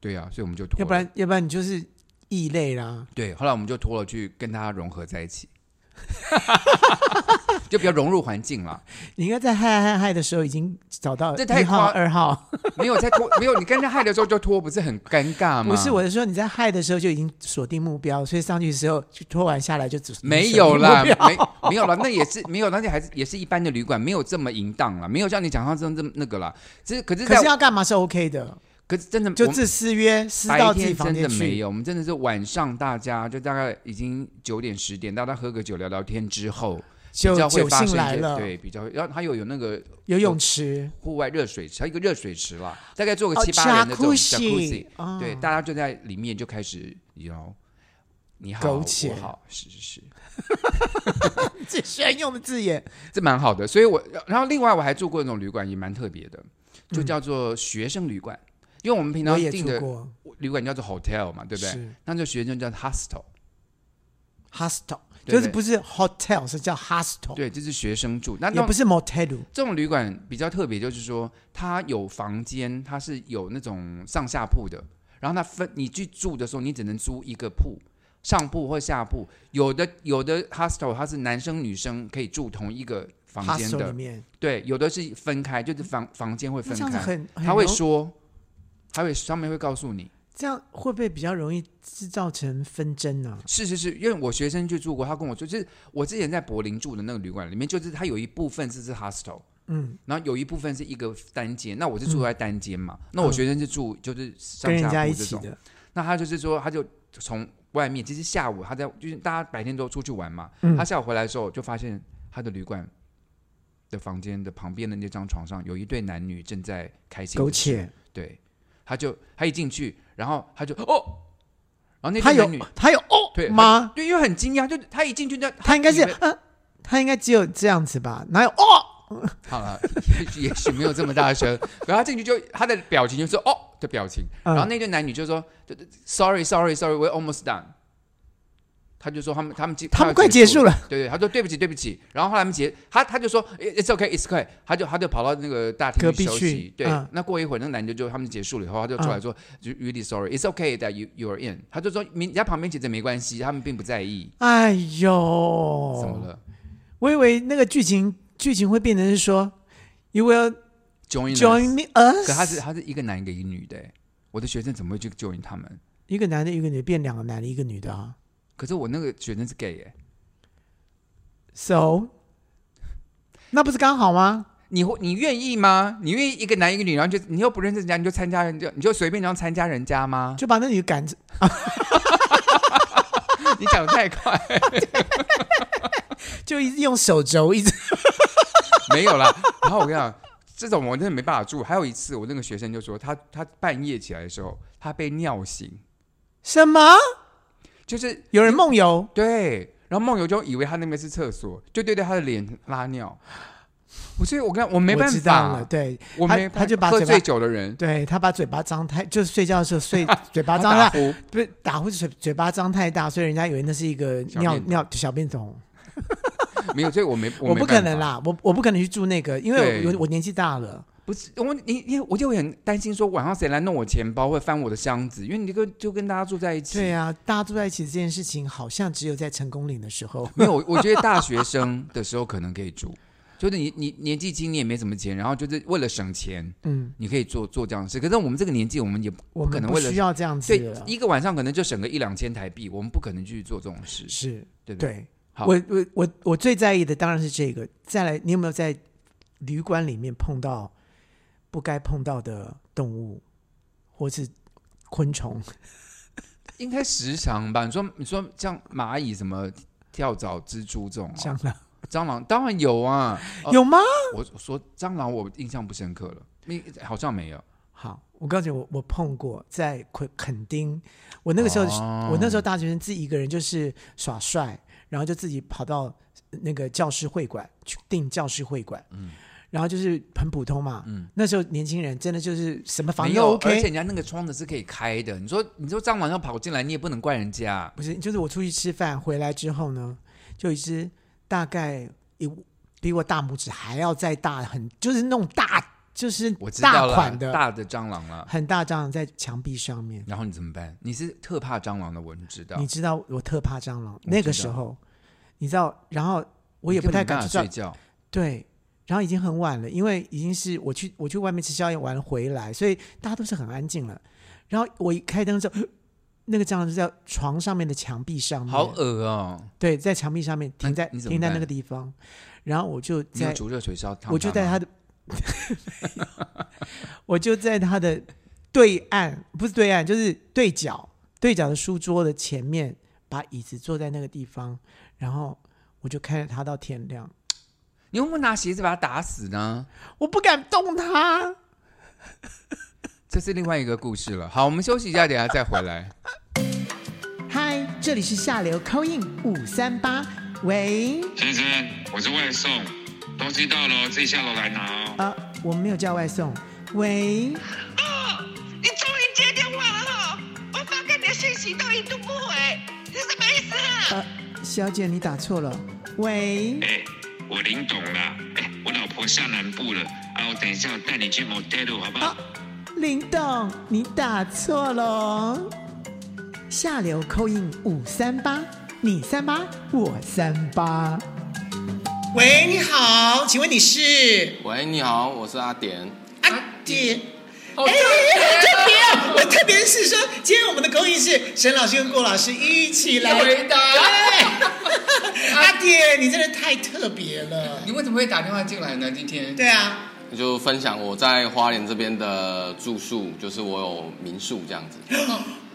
B: 对啊，所以我们就脱了，
A: 要不然要不然你就是异类啦。
B: 对，后来我们就脱了去跟他融合在一起， [laughs] 就比较融入环境了。
A: 你应该在嗨嗨嗨的时候已经找到
B: 这太
A: 一号、
B: 夸
A: 二号，
B: 没有在脱，没有你跟他嗨的时候就脱，不是很尴尬吗？
A: 不是我是说你在嗨的时候就已经锁定目标，所以上去的时候就脱完下来就只
B: [laughs] 没有
A: 锁
B: 啦，
A: 定目标
B: 没没有啦，那也是没有，那还是也是一般的旅馆，没有这么淫荡啦，没有像你讲到这么这么那个啦。只是可是
A: 可
B: 在
A: 是要干嘛是 OK 的，
B: 可是真的
A: 就
B: 我们
A: 自私约私
B: 白
A: 到自己
B: 天
A: 房
B: 真
A: 间
B: 的没
A: 去。
B: 有，我们真的是晚上大家就大概已经九点十点，大家喝个酒聊聊天之后，比
A: 就
B: 较会
A: 酒
B: 发
A: 兴
B: 生一
A: 来
B: 些
A: 了，
B: 对比较，然后它有有那个
A: 游泳池
B: 户外热水池，还有一个热水池啦，大概坐
A: 哦
B: 个七八人的这种
A: jacuzzi，
B: jacuzzi
A: 哦
B: 对，大家就在里面就开始聊，你好，
A: 苟
B: 我
A: 且
B: 好，是是是。
A: 最喜欢用的字眼，
B: 这蛮好的。所以我，然后另外我还住过那种旅馆，也蛮特别的，就叫做学生旅馆。因为我们平
A: 嗯我
B: 常
A: 也
B: 订
A: 住
B: 的
A: 过，
B: 旅馆叫做 hotel 嘛，对不对？
A: 是
B: 那就学生叫 hostel，
A: hostel，
B: 对
A: 就是不是 hotel 是叫 hostel，
B: 对，这是学生住。那
A: 哦
B: 那
A: 也
B: 种
A: 不是 motel，
B: 这种旅馆比较特别，就是说它有房间，它是有那种上下铺的。然后它分你去住的时候，你只能租一个铺，上铺或下铺。有的有的 hostel 它是男生女生可以住同一个房间
A: hostel 里
B: 的，
A: 面，
B: 对，有的是分开，就是房房间会
A: 那
B: 分
A: 这样子
B: 开。
A: 很很
B: 他会
A: 容
B: 说，他会上面会告诉你，
A: 这样会不会比较容易制造成纷争呢、
B: 是是是，因为我学生去住过，他跟我说，就是我之前在柏林住的那个旅馆里面，就是它有一部分是是 hostel，
A: 嗯，
B: 然后有一部分是一个单间，那我是住在单间嘛，那我学生是住就是上
A: 嗯跟人
B: 下
A: 家
B: 铺
A: 一
B: 这
A: 起
B: 种，
A: 的，
B: 那他就是说他就从外面，其实下午他在就是大家白天都出去玩嘛，
A: 嗯
B: 他下午回来的时候就发现他的旅馆。的房间的旁边的那张床上有一对男女正在开心地
A: 苟
B: 吃
A: 且。
B: 对，他就他一进去，然后他就哦，然后那
A: 他
B: 对
A: 有
B: 男女
A: 他有哦
B: 对
A: 吗？
B: 对，因为很惊讶，就他一进去就
A: 他应该是
B: 以为
A: 嗯、他应该只有这样子吧？哪有哦？
B: 好了，也许 [laughs] 也许没有这么大声，然后他进去就他的表情就是哦的表情，然后
A: 嗯，
B: 那对男女就说就就，sorry sorry sorry，we're almost done。他就说他们他们结
A: 他们快
B: 快要
A: 结束
B: 了，
A: 了，
B: 对对，他说对不起对不起，然后后来他们结他他就说 it's okay it's okay，他就他就跑到那个大厅
A: 隔
B: 去
A: 壁
B: 休
A: 去
B: 息，对
A: 嗯，
B: 那过一会儿那个男的就他们结束了以后，他就出来说就 really sorry it's okay that you you are in，他就说人家旁边其实没关系，他们并不在意，
A: 哎
B: 怎么
A: 呦，
B: 了
A: 我以为那个剧情剧情会变成是说，You will
B: join us
A: join me
B: [laughs] 可他
A: us，
B: 是他是一个男一个一个女的欸，我的学生怎么会去 join 他们？
A: 一个男的，一个女的，变两个男的，一个女的啊。
B: 可是我那个学生是 gay 哎，
A: So，那不是刚好吗？
B: 你会你愿意吗？你愿意一个男一个女，然后就你又不认识人家，你就参加人家，你就随便这样参加人
A: [laughs]
B: 家吗？
A: 就把那女赶走，
B: 你讲得太快，
A: 就一直用手肘一直
B: [laughs] 没有啦。然后我跟你讲，这种我真的没办法住。还有一次，我那个学生就说他他半夜起来的时候，他被尿醒，
A: 什么？
B: 就是
A: 有人梦游，
B: 对，然后梦游就以为他那边是厕所，就对着他的脸拉尿。我所以，我跟我没
A: 我
B: 办
A: 知道了。
B: 法，
A: 对
B: 我
A: 他
B: 没办
A: 他就把
B: 喝
A: 嘴巴
B: 醉酒的人
A: 对，他把嘴巴张太，就是睡觉的时候
B: [laughs]
A: 睡嘴巴
B: 他
A: 张
B: 打
A: 大，
B: 呼
A: 不是打呼嘴嘴巴张太大，所以人家以为那是一个
B: 小
A: 尿
B: 便
A: 尿小便桶。
B: [laughs] 没有，所以我没，
A: 我
B: 没
A: 不可
B: 办
A: 能
B: 法。
A: 啦，我我不可能去住那个，因为我
B: 对
A: 我我年纪大了。
B: 不是我，你你，我就会很担心说晚上谁来弄我钱包，会翻我的箱子，因为你这个就跟大家住在一起。
A: 对啊，大家住在一起这件事情，好像只有在成功岭的时候。
B: 没有，我我觉得大学生的时候可能可以住，就是你你年纪轻，你也没什么钱，然后就是为了省钱，
A: 嗯，
B: 你可以做做这样的事。可是我们这个年纪，我们也
A: 我
B: 可
A: 们
B: 能
A: 不
B: 为了
A: 需要这样子
B: 所以
A: 了。
B: 一个晚上可能就省个一两千台币，我们不可能去做这种事，
A: 是，
B: 对不对？
A: 对，
B: 好
A: 我我我我最在意的当然是这个。再来，你有没有在旅馆里面碰到不该碰到的动物或是昆虫。
B: 哦应该时常吧？你说你说像蚂蚁什么跳蚤、蜘蛛这种、
A: 蟑
B: 哦，
A: 螂
B: 蟑螂当然有啊。
A: [laughs]
B: 呃
A: 有吗？
B: 我我说蟑螂我印象不深刻了，你好像没有。
A: 好，我告诉你，我我碰过在垦垦丁，我那个时候、
B: 哦
A: 我那时候大学生自己一个人就是耍帅，然后就自己跑到那个教师会馆去订教师会馆，
B: 嗯
A: 然后就是很普通嘛。
B: 嗯，
A: 那时候年轻人真的就是什么房
B: 没
A: 都
B: 有，而且
A: OK，
B: 人家那个窗子是可以开的。你说你说蟑螂要跑进来，你也不能怪人家。
A: 不是就是我出去吃饭回来之后呢，就有一只大概一比我大拇指还要再大很，就是那种大就是
B: 我知道
A: 大
B: 了，
A: 款的
B: 大的蟑螂了。
A: 很大蟑螂在墙壁上面。
B: 然后你怎么办？你是特怕蟑螂的，我知道。
A: 你知道我特怕蟑螂，那个
B: 知
A: 时
B: 道
A: 候，你知道，然后我也
B: 你
A: 不
B: 根
A: 太
B: 本
A: 敢
B: 没办
A: 去抓
B: 法睡，觉。
A: 对，然后已经很晚了，因为已经是我去我去外面吃宵夜完了回来，所以大家都是很安静了。然后我一开灯之后， [gasps] 那个蟑螂就在床上面的墙壁上面，
B: 好恶哦！
A: 对，在墙壁上面停在
B: 你怎么
A: 停在那
B: 办
A: 个地方，然后我就
B: 你有
A: 在
B: 煮热水烧汤？
A: 我就在它的，我就在它的对岸，不是对岸，就是对角，对角的书桌的前面，把椅子坐在那个地方，然后我就看着它到天亮，
B: 你有没有拿鞋子把它打死呢？
A: 我不敢动它。
B: 这是另外一个故事了。好，我们休息一下，等一下再回
C: [laughs]
B: 来。
A: 嗨，这里是下流 c i n 五三八，喂，
D: 先生，我是外送，东西到了哦自己下楼来拿哦。
A: 啊，我们没有叫外送，喂，
E: 哦，你终于接电话了哈、我发给你的信息都一度不回，你什么意思啊？
A: 呃，小姐你打错了，喂，
D: 哎、我林董啦，哎、我老婆下南部了，啊，我等一下我带你去 motel 好不好？
A: 啊林董，你打错了哦。下流扣印五三八，你三八，我三八。喂，你好，请问你是
C: 喂，你好，我是阿典。
A: 阿迪？哎，特别，
F: 呃
A: 我特别是说，今天我们的口音是沈老师跟郭老师一起来
C: 回答
A: 对阿爹，你真的太特别了。
C: 你为什么会打电话进来呢？今天
A: 对啊，
C: 就分享我在花莲这边的住宿，就是我有民宿这样子。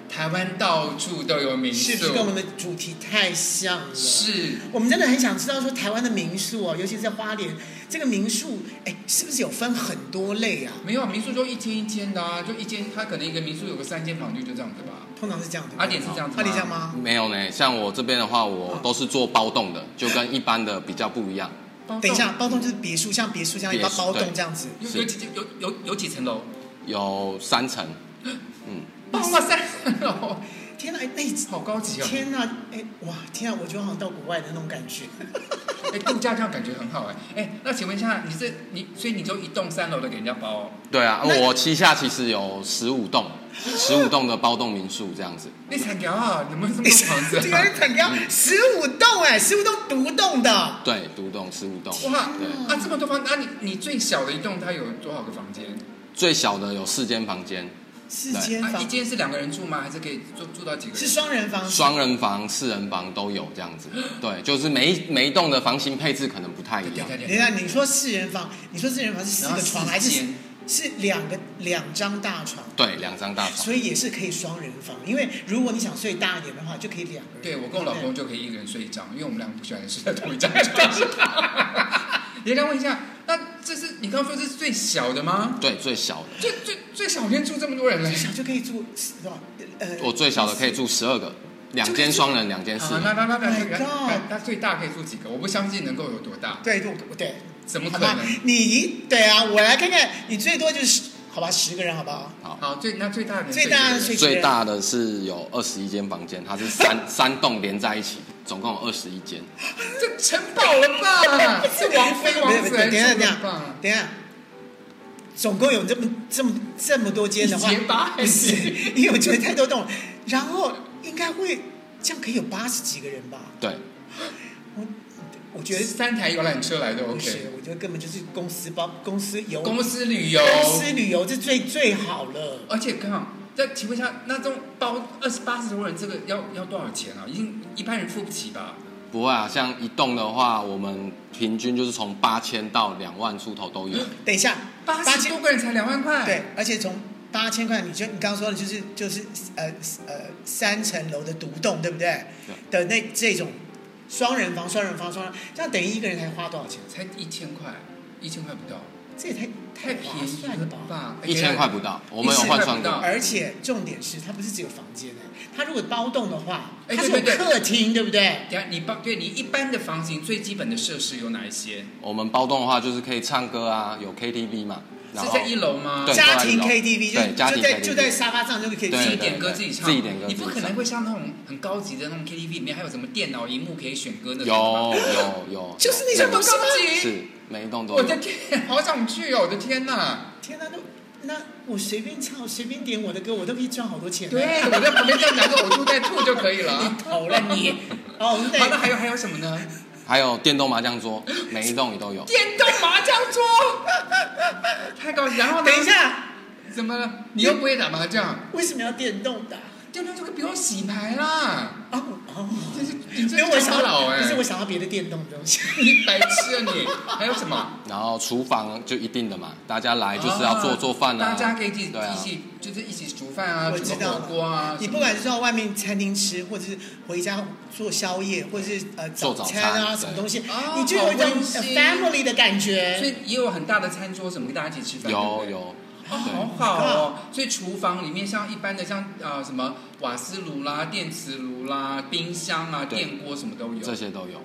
G: 台湾到处都有民宿，
F: 是不是跟我们的主题太像了？
G: 哦是
F: 我们真的很想知道说台湾的民宿哦，尤其是在花莲，这个民宿哎，是不是有分很多类啊？
G: 没有民宿就一间一间的啊，就一间，它可能一个民宿有个三间房就就这样子吧。
F: 通常是这样的。
G: 阿典是这样子吗
F: 阿典这样吗？
C: 没有呢，像我这边的话，我都是做包栋的，就跟一般的比较不一样。
G: 包栋
F: 等一下，包栋就是别墅，像别墅这样一
C: 别
F: 个
C: 墅
F: 包栋
C: 对
F: 这样子。
G: 有
C: 是
G: 有几间有有有几层楼？
C: 有三层，
G: 包了三层楼，
F: 天哪，哎，
G: 好高级哦！
F: 天哪，哎，哇，天哪，我觉得好像到国外的那种感觉。
G: 哎，度假这样感觉很好哎。哎，那请问一下，你这你所以你就一栋三楼的给人家包、哦？
C: 对啊，我旗下其实有十五栋，十五栋的包栋民宿这样子。
G: 你才屌啊！你们这么多 [laughs]
F: [laughs]
G: 房子、
F: 这个
G: 啊？
F: 人很高，十五栋哎，十五栋独栋的，
C: 对，独栋十五栋，
G: 哇
C: 对，
G: 啊，这么多房，那、你你最小的一栋它有多少个房间？
C: 最小的有四间房间，
F: 四间
G: 啊，一
F: 房，
G: 间是两个人住吗？还是可以住住到几个人？
F: 是双人房，
C: 双人房、四人房都有这样子，对，就是每一每一栋的房型配置可能不太一样。
G: 对对
F: 等一下，你说四人房，你说四人房是四
G: 然后
F: 个床
G: 四
F: 还是
G: 间
F: 是两个两张大床？
C: 对，两张大床。
F: 所以也是可以双人房，因为如果你想睡大一点的话，就可以两个人。
G: 对，我跟我老公
F: 对
G: 就可以一个人睡一张，因为我们两个不喜欢睡在同
F: [laughs]
G: 一张床上。人家问一下，那这是你刚刚说这是最小的吗？
C: 对，最小的，
G: 最最最小天住这么多人嘞
F: 不对，！小就可以住多少？呃，
C: 我最小的可以住十二个，两间双人，两间四
G: 啊，那
C: 人。
G: 那那那
F: Oh My
G: 那
F: God
G: 那那最大可以住几个？我不相信能够有多大，
F: 对，对对，
G: 怎么
F: 好
G: 可
F: 吧
G: 能？，
F: 你一对啊，我来看看，你最多就是十好吧，十个人好不好？
G: 好，最那最大的
F: 最大的睡
G: 最
C: 最大的是有二十一间房间，它是三三栋连在一起，总共有二十一间。
G: 这城堡了
B: 啊
G: 吧？是王妃王
F: 不
G: 子
F: [laughs] 是
G: 还
F: 等一下
G: 是
F: 等一
G: 什
F: 下
G: 么吧？
F: 等一下，总共有这么这么这么多间的话
G: 一间八，
F: 不是， [laughs] 因为我觉得太多栋了，然后应该会这样可以有八十几个人吧？
C: 对，
F: 我我觉
G: 觉
F: 得
G: 得三台游览车来的
F: 不是
G: OK，，
F: 我觉得根本就是公司包公司游
G: 公司旅游，
F: 公司旅游是最最好了。
G: 而且刚好，那请问一下，那这种包二十八十多人，这个要要多少钱啊？已经一般人付不起吧？
C: 不会啊，像一栋的话，我们平均就是从八千到两万出头都有。
F: 等一下，
G: 八十多个人才两万块，
F: 对，，而且从八千块，你就你刚刚说的就是就是呃呃三层楼的独栋，对不对？的那这种双人房、双人房、双人，这样等于一个人才花多少钱？
G: 才一千块，一千块不到，
F: 这也太
G: 太
F: 划
G: 便宜
F: 算
G: 了
F: 吧？
G: 吧？哎
C: 一千块不到，我们有换算过。
F: 而且重点是，它不是只有房间的，欸它如果包栋的话，
G: 哎
F: 它是
G: 对
F: 有
G: 对对
F: 客厅，对不对？
G: 等下你包对你一般的房型最基本的设施有哪一些？
C: 我们包栋的话，就是可以唱歌啊，有 KTV 嘛。然
G: 是
C: 后
G: 在一楼吗？
C: 对
F: 家庭
G: 哦
C: 都在一楼
F: KTV 就
C: 对家
F: 就
C: 庭
F: 在
C: KTV
F: 就在沙发上就可
C: 对
F: 以
G: 自
F: 去
G: 己点歌自己唱，
C: 自己点歌
G: 你不
C: 自
G: 可
C: 己
G: 能
C: 唱
G: 会像那种很高级的那种 KTV 里面还有什么电脑荧幕可以选歌那
C: 有
G: 种吗。
C: 有有，
F: 就是那
C: 有
F: 些
G: 这么
F: 是吗
G: 高级，
C: 是每一栋都
G: 我
C: 有。
G: 的天，好想去哦！我的天哪，
F: 天哪，都那我随便唱，我随便点我的歌，我都可以赚好多钱。啊
G: 对，我在旁边这样拿个呕吐袋吐就可以 [laughs] 了。
F: 好了你，哦，
G: 好了，
F: 那
G: 还有还有什么呢？
C: 还有电动麻将桌，每一栋也都有。
G: 电动麻将桌，太高级。然后呢？
F: 等一，下，
G: 怎么了？你又不会打麻将？
F: 为什么要电动的啊？
G: 电动这个不用洗牌啦，
F: 哦哦，
G: 这是你
F: 因
G: 这
F: 为我
G: 是
F: 想
G: 超老
F: 到，
G: 哎、
F: 不是我想到别的电动的东西。
G: 你白痴啊你！还有什么？
C: 然后厨房就一定的嘛，大家来就是要做做饭
F: 哦
C: 啊，
G: 哦大家可以一起
C: 对啊
G: 一，起就是一起煮
F: [laughs]
G: 饭啊，
F: 我
G: 煮
F: 知
G: 个
F: 道
G: 火锅啊
F: 了，。你
G: 什么
F: 不管是到外面餐厅吃，或者是回家做宵夜，或者是呃
C: 做早
F: 餐啊
C: 餐
F: 什么
C: 对
F: 东西
G: 哦，
F: 你就有一种
G: 好温
F: 呃
G: 馨
F: family 的感
G: 所
F: 觉。
G: 以也有很大的餐桌什么跟大家一起吃饭。对不
C: 有
G: 对
C: 有，
G: 哦，好好哦。所以厨房里面像一般的像啊、呃什么瓦斯炉啦、电磁炉啦、冰箱啊、
C: 对
G: 电锅什么都有。
C: 这些都有，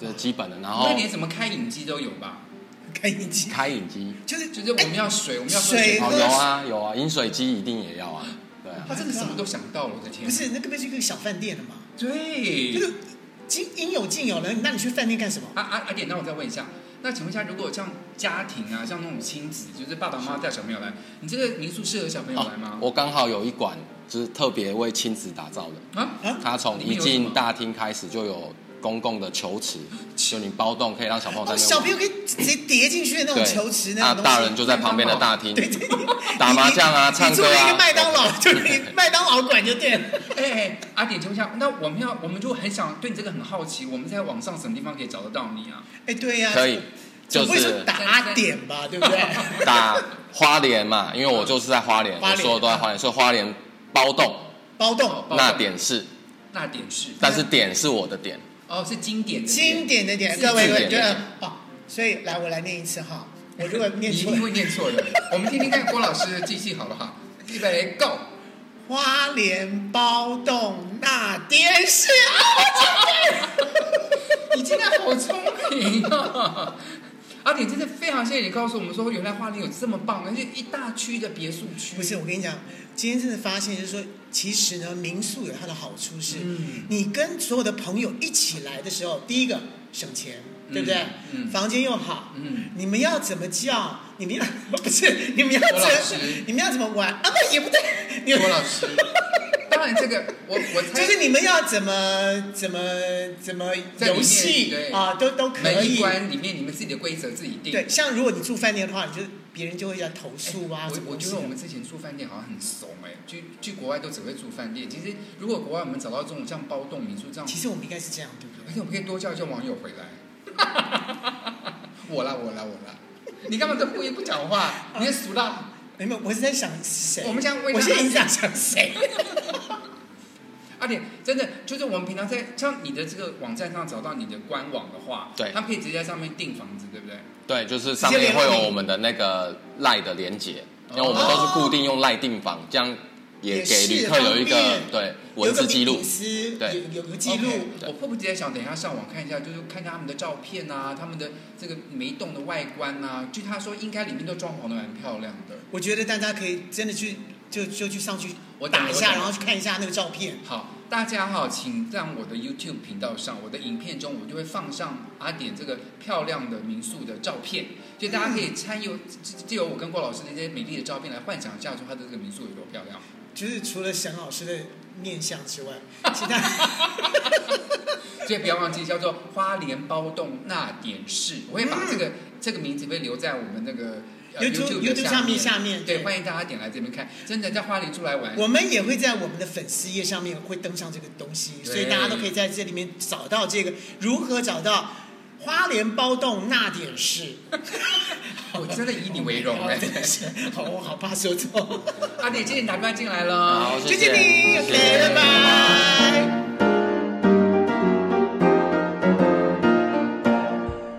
C: 这是基本的。然后
G: 那连什么开饮机都有吧？
F: 看以及
C: 开饮机，
F: 就是 [laughs]
G: 就是我们要水，我们要喝
F: 水
C: 哦
F: [laughs]
G: 好
C: 有啊有啊，饮水机一定也要啊，对啊，
G: 他真的什么都想到了，我的天！
F: 不是那根本就是一个小饭店了嘛，就
G: 对
F: 是应应有尽有了。那你去饭店干什么？
G: 啊啊啊！点，那我再问一下，那请问一下，如果像家庭啊，像那种亲子，就是爸爸妈妈带小朋友来，你这个民宿适合小朋友来吗？
C: 哦我刚好有一馆就是特别为亲子打造的，
G: 啊，
C: 它从一进大厅开始就有公共的球
F: [laughs]
C: 池，就你包栋可以让小朋友在那
F: 哦，
C: 边
F: 小朋友
C: 玩。
F: 可以直接叠进去的那种
C: 对
F: 球池那
C: 啊，
F: 种东西。
C: 大人就在旁边的大厅
F: [laughs] 对对，对
C: 打麻将啊、
F: [laughs] 你
C: 唱
F: 你
C: 歌
F: 做了一
C: 啊
F: 个。麦当 [laughs] 劳，就是你麦当劳馆就对了。
G: 哎哎，阿点，请问一下，那我们要，我们就很想对你这个很好奇，我们在网上什么地方可以找得到你啊？
F: 哎，对呀，
C: 可以，就
F: 总不会
C: 是
F: 说打点
C: [laughs]
F: 吧，对不对？
C: 打花莲嘛，因为我就是在花莲，
F: 花
C: 我
F: 莲
C: 所有都在花莲，所以花莲包栋
F: [laughs] 包栋
G: 包栋
C: 那点是，
G: 那点是，
C: 但是点是我的点，
G: 哦，是经典的
F: 经
G: 典，
F: 典的点，
G: 经
F: 各位各位
C: 典
F: 就
C: 的
F: 哦，所以来我来念一次哈，我如果
G: 你
F: 念
G: 一
F: 错
G: 定会念错的。我们听听看郭老师的记性好不好？预备，Go！
F: 花莲包栋那点是啊，
G: 你真的好聪明啊！ [laughs] 阿点真的非常谢谢你告诉我们说，原来花莲有这么棒，而且一大区的别墅区。
F: 不是我跟你讲，今天真的发现就是说，其实呢，民宿有它的好处是，
G: 嗯
F: 你跟所有的朋友一起来的时候，第一个省钱，对不对？
G: 嗯嗯
F: 房间又好，
G: 嗯，
F: 你们要怎么叫？你们要不
G: [laughs]
F: 是你们要怎
G: 郭老师
F: 么？你们要怎么玩？啊，不也不对，你们
G: 郭老师，当然这个我我猜
F: 就是你们要怎么怎么怎么
G: 在里面
F: 游戏
G: 对
F: 啊，都都可
G: 门一
F: 以。
G: 关里面你们自己的规则自己定。
F: 对，像如果你住饭店的话，你就别人就会来投
G: 哎
F: 诉啊，什么
G: 我我
F: 东
G: 觉
F: 西
G: 得
F: 的
G: 我们之前住饭店好像很怂哎、去去国外都只会住饭店。其实如果国外我们找到这种像包栋民宿这样，
F: 其实我们应该是这样，对不
G: 而
F: 对？
G: 且我们可以多叫一叫网友回来。 [laughs] 我啦我啦我啦，你干嘛都故意不讲话？你也俗啦。
F: 没有，我是在想谁。
G: 我们现在为他
F: 我现在一直在想谁？
G: 而且真的就是我们平常在像你的这个网站上找到你的官网的话，
C: 对
G: 他们可以直接在上面订房子，对不对？
C: 对，就是上面会有我们的那个赖的连接，因为我们都是固定用赖订房，这样 [laughs] 也给旅客有一
F: 哦也是
C: 个
F: 方便
C: 对文字记录
F: 有个隐。私
C: 对
F: 有有个记录。
G: OK，我迫不及待想等一下上网看一下，就是看看他们的照片啊，他们的这个每一栋的外观啊，据他说应该里面都装潢的蛮漂亮的。
F: 我觉得大家可以真的去就就去上去
G: 我懂
F: 打一
G: 我
F: 下，
G: 懂
F: 然后去看一下那个照片。
G: 好，大家哈，请在我的 YouTube 频道上，我的影片中，我就会放上阿点这个漂亮的民宿的照片，就大家可以参与，借由我跟郭老师的这些美丽的照片来幻想一下，说他的这个民宿有多漂亮。
F: 就是除了沈老师的面相之
C: [laughs]
F: 外，其他
G: 所以不要忘记叫做花莲包栋那点事，我会把这个、这个名字会留在我们那个呃
F: 嗯 YouTube
G: YouTube 的
F: YouTube 上面下面
G: 对，欢迎大家点来这边看，真的在花莲出来玩，
F: 我们也会在我们的粉丝页上面会登上这个东西，
G: 对
F: 所以大家都可以在这里面找到这个如何找到花莲包栋那点事。
G: 我真的以你为
F: 哦
G: 荣哎。
F: 好，我好怕说错，
G: 阿姐，今天打电话进来了。
C: 好，谢
F: 谢
C: 谢
F: 谢你
C: 谢
F: ，OK，拜拜。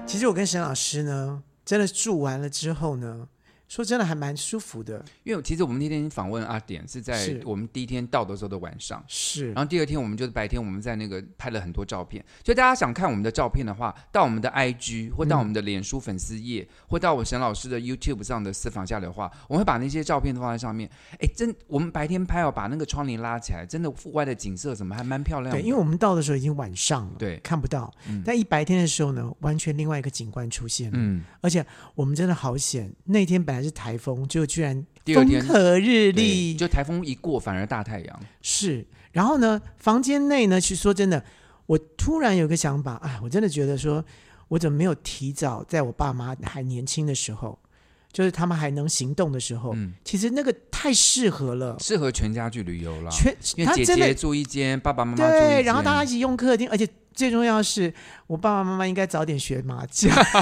A: 其实我跟沈老师呢，真的住完了之后呢，说真的还蛮舒服的，
B: 因为其实我们那天访问阿典是在
A: 是
B: 我们第一天到的时候的晚上，
A: 是
B: 然后第二天我们就是白天我们在那个拍了很多照片，所以大家想看我们的照片的话，到我们的 IG 或
A: 嗯
B: 到我们的脸书粉丝页，或到我沈老师的 YouTube 上的私房下流话，我们会把那些照片都放在上面。哎，真我们白天拍哦，把那个窗帘拉起来，真的户外的景色什么还蛮漂亮的。
A: 对，因为我们到的时候已经晚上了，
B: 对
A: 看不到。但一白天的时候呢，完全另外一个景观出现了。
B: 嗯，
A: 而且我们真的好险，那天本来是台风，就居然
B: 第二
A: 风
B: 天
A: 和日
B: 对，
A: 丽，
B: 就台风一过反而大太阳，
A: 是，然后呢，房间内呢，其实说真的，我突然有个想法，哎，我真的觉得说，我怎么没有提早在我爸妈还年轻的时候，就是他们还能行动的时候，
B: 嗯
A: 其实那个太适合了，
B: 适合全家去旅游啦。
A: 全
B: 因
A: 他
B: 为姐
A: 真
B: 姐
A: 的
B: 住一间，爸爸妈妈住一间，
A: 对，然后大家一起用客厅，而且最重要的是，我爸爸妈妈应该早点学麻将。 [laughs]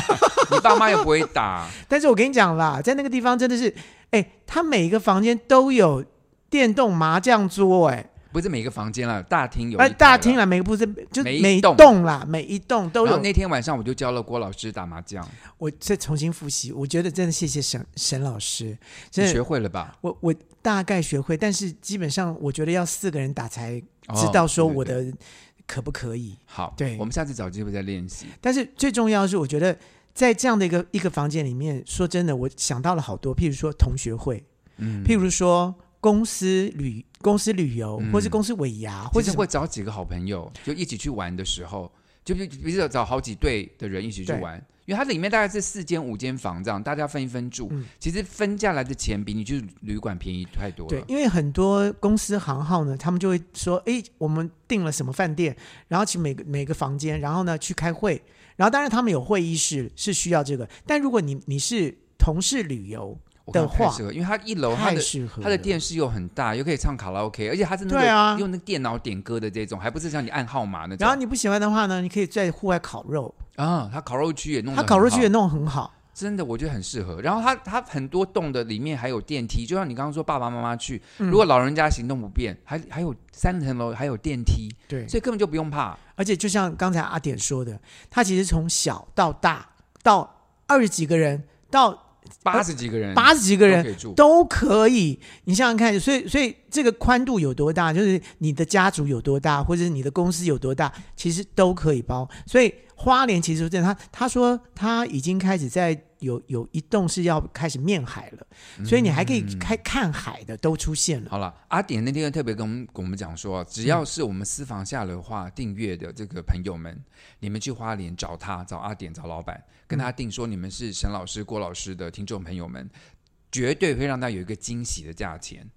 B: 你爸妈又不会打，
A: 但是我跟你讲啦，在那个地方真的是，哎，他每一个房间都有电动麻将桌、哎。
B: 不是每个房间啦，大厅有一
A: 哎，
B: 台
A: 大厅
B: 啦。
A: 啦，每个部分就
B: 每一
A: 每一
B: 栋
A: 栋啦，每一栋都
B: 然后
A: 有
B: 那天晚上我就教了郭老师打麻将，
A: 我再重新复习，我觉得真的谢谢沈沈老师，
B: 你
A: 真
B: 学
A: 的，
B: 会了吧？
A: 我我大概学会，但是基本上我觉得要四个人打才
B: 哦
A: 知道说我
B: 对对对
A: 的可不可以。
B: 好，
A: 对
B: 我们下次找机会再练习。
A: 但是最重要的是，我觉得在这样的一个一个房间里面，说真的，我想到了好多，譬如说同学会，
B: 嗯，
A: 譬如说公司旅公司旅游，或
B: 嗯
A: 是公司尾牙，或
B: 或
A: 者
B: 者
A: 什么
B: 会找几个好朋友，就一起去玩的时候，就比比如说找好几队的人一起去
A: 对
B: 玩，因为它里面大概是四间五间房这样，大家分一分住，
A: 嗯
B: 其实分下来的钱比你去旅馆便宜太多
A: 对
B: 了，。
A: 因为很多公司行号呢，他们就会说，诶，我们订了什么饭店，然后去每个每个房间，然后呢去开会，然后当然他们有会议室是需要这个，但如果你你是同事旅游，
B: 我看
A: 的
B: 太
A: 话
B: 适合，因为它一楼它
A: 太
B: 的
A: 适合
B: 它的
A: 了
B: 电视又很大，又可以唱卡拉 OK，而且它是那
A: 对
B: 个、
A: 啊
B: 用那个电脑点歌的这种，还不是像你按号码那种。
A: 然后你不喜欢的话呢，你可以在户外烤肉，
B: 啊，它烤肉区也弄得
A: 他烤肉
B: 很好
A: 区也弄得很好，
B: 真的，我觉得很适合。然后它它很多栋的里面还有电梯，就像你刚刚说爸爸妈妈去，
A: 嗯
B: 如果老人家行动不便，还还有三层楼还有电梯，
A: 对，
B: 所以根本就不用怕。
A: 而且就像刚才阿典说的，他其实从小到大到二十几个人到
B: 八十几个人，
A: 八十几个人
B: 嗯都可以住
A: 都可以。你想想看，所以所以这个宽度有多大，就是你的家族有多大，或者是你的公司有多大，其实都可以包。所以花莲其实真的，他他说他已经开始在有有一栋是要开始面海了，所以你还可以开看海的都出现了。
B: 嗯好了，阿典那天特别跟我们跟我们讲说，只要是我们私房下流话订阅的这个朋友们，你们去花莲找他，找阿典，找老板，
A: 嗯
B: 跟他定说你们是沈老师、郭老师的听众朋友们，绝对会让他有一个惊喜的价钱。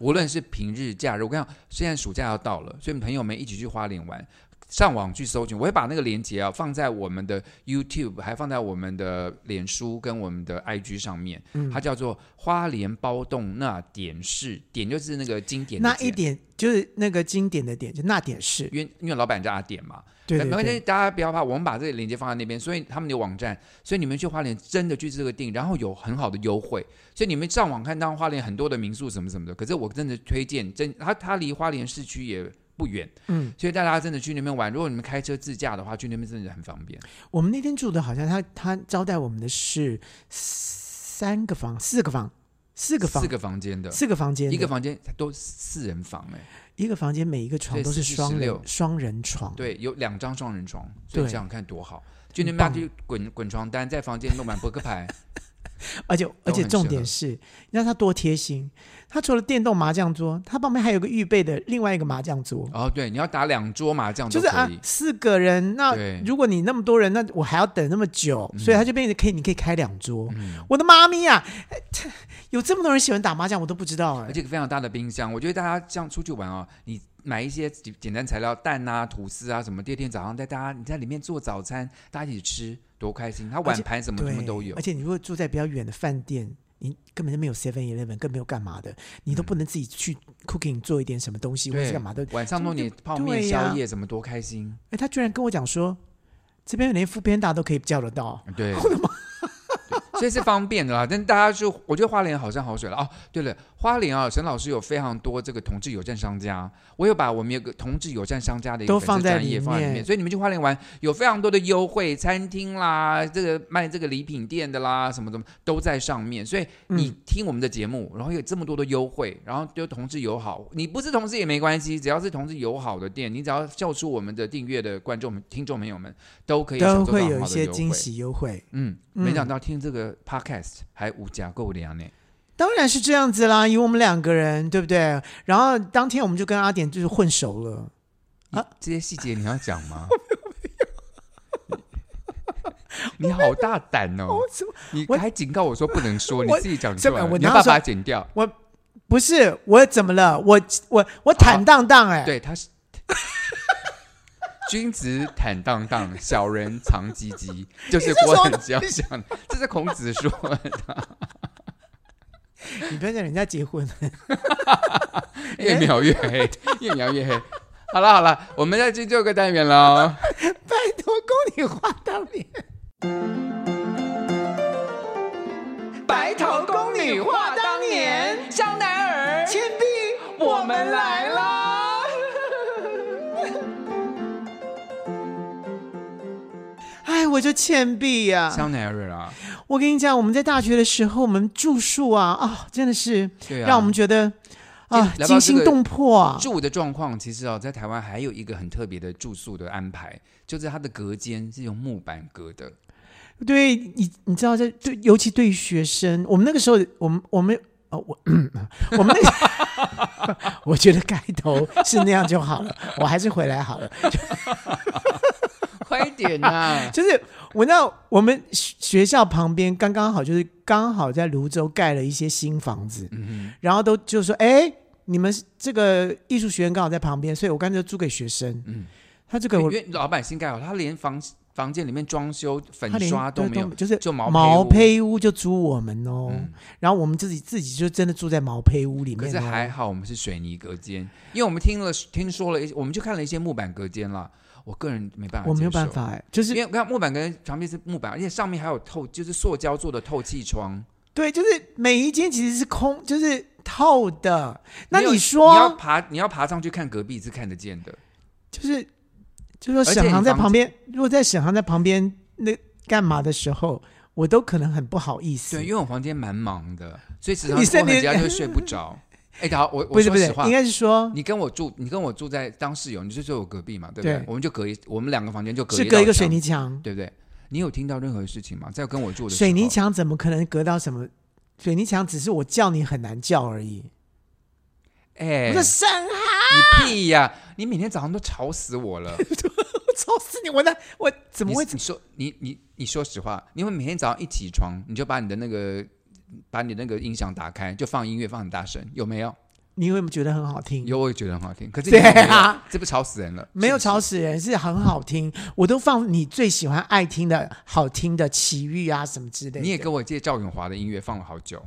B: 无论是平日、假日，我跟你讲，现在暑假要到了，所以朋友们一起去花莲玩，上网去搜寻，我会把那个链接啊放在我们的 YouTube，还放在我们的脸书跟我们的 IG 上面。
A: 嗯
B: 它叫做花莲包栋那点事，点就是那个经典的
A: 那一
B: 点，
A: 点就是那个经典的点，就那点是，
B: 因为因为老板叫阿点嘛，
A: 对
B: 没
A: 对
B: 关系，
A: 对，
B: 大家不要怕，我们把这个链接放在那边，所以他们的网站，所以你们去花莲真的去这个订，然后有很好的优惠，所以你们上网看到花莲很多的民宿什么什么的，可是我真的推荐，真它它离花莲市区也不远，
A: 嗯，
B: 所以大家真的去那边玩，如果你们开车自驾的话，去那边真的很方便，
A: 我们那天住的好像他他招待我们的是三个房，四个房，四个房，
B: 四个房间的。
A: 四个房间的，
B: 一个房间都四人房哎、
A: 一个房间每一个床
B: 对
A: 都是双人
B: 14
A: 双人床，，
B: 对，有两张双人床，所以
A: 对
B: 想想看多好。就你
A: 很
B: 们要
A: 棒
B: 去滚滚床单，在房间弄满扑克牌， [laughs]
A: 而且而且
B: 很
A: 重
B: 适
A: 点
B: 合
A: 是，你知道他多贴心，他除了电动麻将桌，他旁边还有个预备的另外一个麻将桌，
B: 哦，对，你要打两桌麻将
A: 就
B: 都
A: 是啊
B: 可以，。
A: 四个人，那
B: 对嗯
A: 如果你那么多人，那我还要等那么久，所以他就变成可以，你可以开两桌。我的妈咪呀、哎这有这么多人喜欢打麻将，我都不知道哎、
B: 而且非常大的冰箱，我觉得大家这样出去玩啊，你买一些简简单材料，蛋啊、吐司啊什么。第二天早上带大家你在里面做早餐，大家一起吃，多开心！它
A: 而
B: 碗
A: 且
B: 盘什么
A: 对，
B: 什么都有
A: 而。且你如果住在比较远的饭店，你根本就没有 Seven Eleven，更没有干嘛的，你都不能自己去 cooking 做一点什么东西或者是
B: 嗯对，
A: 干嘛的。
B: 晚上弄点泡面、
A: 对呀
B: 宵夜什么，多开心！
A: 哎，他居然跟我讲说，这边连副边大都可以叫得到。
B: 对，对所以是方便的啦。但大家就我觉得花莲好山好水了哦。对了，花莲啊，沈老师有非常多这个同志友善商家，我有把我们有个同志友善商家的一个
A: 都
B: 粉
A: 放
B: 丝
A: 在
B: 专
A: 里
B: 页放在里
A: 面
B: 面，所以你们去花莲玩有非常多的优惠，餐厅啦，这个卖这个礼品店的啦，什么什么都在上面。所以
A: 嗯
B: 你听我们的节目，然后有这么多的优惠，然后就同志友好，你不是同志也没关系，只要是同志友好的店，你只要叫出我们的订阅的观众们、听众朋友们，都可以享
A: 都
B: 受到
A: 会
B: 很
A: 有一
B: 好的
A: 些
B: 优
A: 惊
B: 惠
A: 喜优惠，
B: 嗯，没想到听这个 podcast 还无价购粮呢。
A: 当然是这样子啦，因为我们两个人，对不对？然后当天我们就跟阿典就是混熟了，啊
B: 啊，这些细节你要讲
A: [laughs]
B: 吗？你好大胆哦！你
A: 我
B: 还警告我说不能说，你
A: 我
B: 自己讲出
A: 这
B: 来，
A: 我
B: 你
A: 哪有
B: 要爸
A: 说
B: 爸剪掉。
A: 不是我怎么了？我我我坦荡荡哎、
B: 对，
A: [laughs]
B: 他是君子坦荡荡，小人藏鸡
A: [laughs]
B: 鸡，就是郭
A: 说
B: 很娇讲的，这是孔子说
A: [laughs]
B: 的。
A: 你不要讲人家结
B: [laughs]
A: 婚，哎
B: 越描越黑，越描越黑。好了好了，我们要进第二个单元喽。
A: 拜托供你话当年。
B: 白头宫女话当年，香奈儿、倩碧，我们来啦！
A: 哎，我就倩碧呀、
B: [laughs] 香奈儿啊，
A: 我跟你讲，我们在大学的时候，我们住宿啊，啊，真的是
B: 对啊，
A: 让我们觉得啊
B: 来到
A: 惊心
B: 这个
A: 动魄啊。
B: 住的状况，其实啊、在台湾还有一个很特别的住宿的安排，就是它的隔间是用木板隔的，
A: 对你，你知道这对，尤其对于学生，我们那个时候，我们我们哦，我我们那个， [laughs] 我觉得开头是那样就好了，我还是回来好了。 [laughs]
B: 快点啊呐、 [laughs]
A: 就是我那我们学学校旁边刚刚好就是刚好在泸州盖了一些新房子，然后都就说哎。你们这个艺术学院刚好在旁边，所以我干脆租给学生。嗯，他这个
B: 因
A: 我
B: 为老百姓盖好，他连房房间里面装修粉
A: 他连
B: 刷都
A: 对
B: 没有，
A: 就是
B: 就毛
A: 毛
B: 坯嗯
A: 坯屋就租我们哦，然后我们自己自己就真的住在毛坯屋里面、
B: 可
A: 哦。
B: 是还好我们是水泥隔间，因为我们听了听说了一些，我们就看了一些木板隔间啦。我个人没办法，
A: 我没有办。法哎，就
B: 啊因
A: 是
B: 为我看木板跟墙壁是木板，而且上面还有透，就是塑胶做的透气窗。
A: 对，就是每一间其实是空，就是透的。那
B: 没有
A: 你
B: 你要
A: 说，
B: 爬，你要爬上去看隔壁是看得见的。
A: 就是就是说，
B: 而且
A: 沈
B: 你
A: 航在
B: 房
A: 旁边，如果在沈航在旁边那干嘛的时候，我都可能很不好意思
B: 对，。因为我房间蛮忙的，所以时常
A: 你
B: 我
A: 是
B: 很
A: 你
B: 家就睡不着。哎，好，我
A: 不
B: 我
A: 是
B: 说
A: 不是
B: 实，话
A: 应，该是说
B: 你跟我住，你跟我住在当室友，你就睡我隔壁嘛，对不
A: 对
B: 对？我们就隔一，我们两个房间就隔
A: 是隔一个
B: 道墙
A: 水泥，墙，
B: 对不对？你有听到任何事情吗？在跟我住的时候
A: 水泥，墙怎么可能隔到什么？水泥墙只是我叫你很难叫而已。
B: 哎，
A: 我说沈航，
B: 你屁呀！你每天早上都吵死
A: [laughs]
B: 我了。
A: 我吵死你！我那我怎么
B: 你
A: 会
B: 你说你你你说实话，因为每天早上一起床，你就把你的那个把你的那个音响打开，就放音乐放很大声，有没有？
A: 你会不会觉得很好听？
B: 有，我也觉得很好听。可是
A: 对
B: 你有没有
A: 啊，
B: 这不吵死人了？
A: 没有吵
B: 死。
A: 死人，是很好听。我都放你最喜欢、爱听的好听的奇遇啊什么之类的。
B: 你也跟我借赵咏华的音乐放了好久，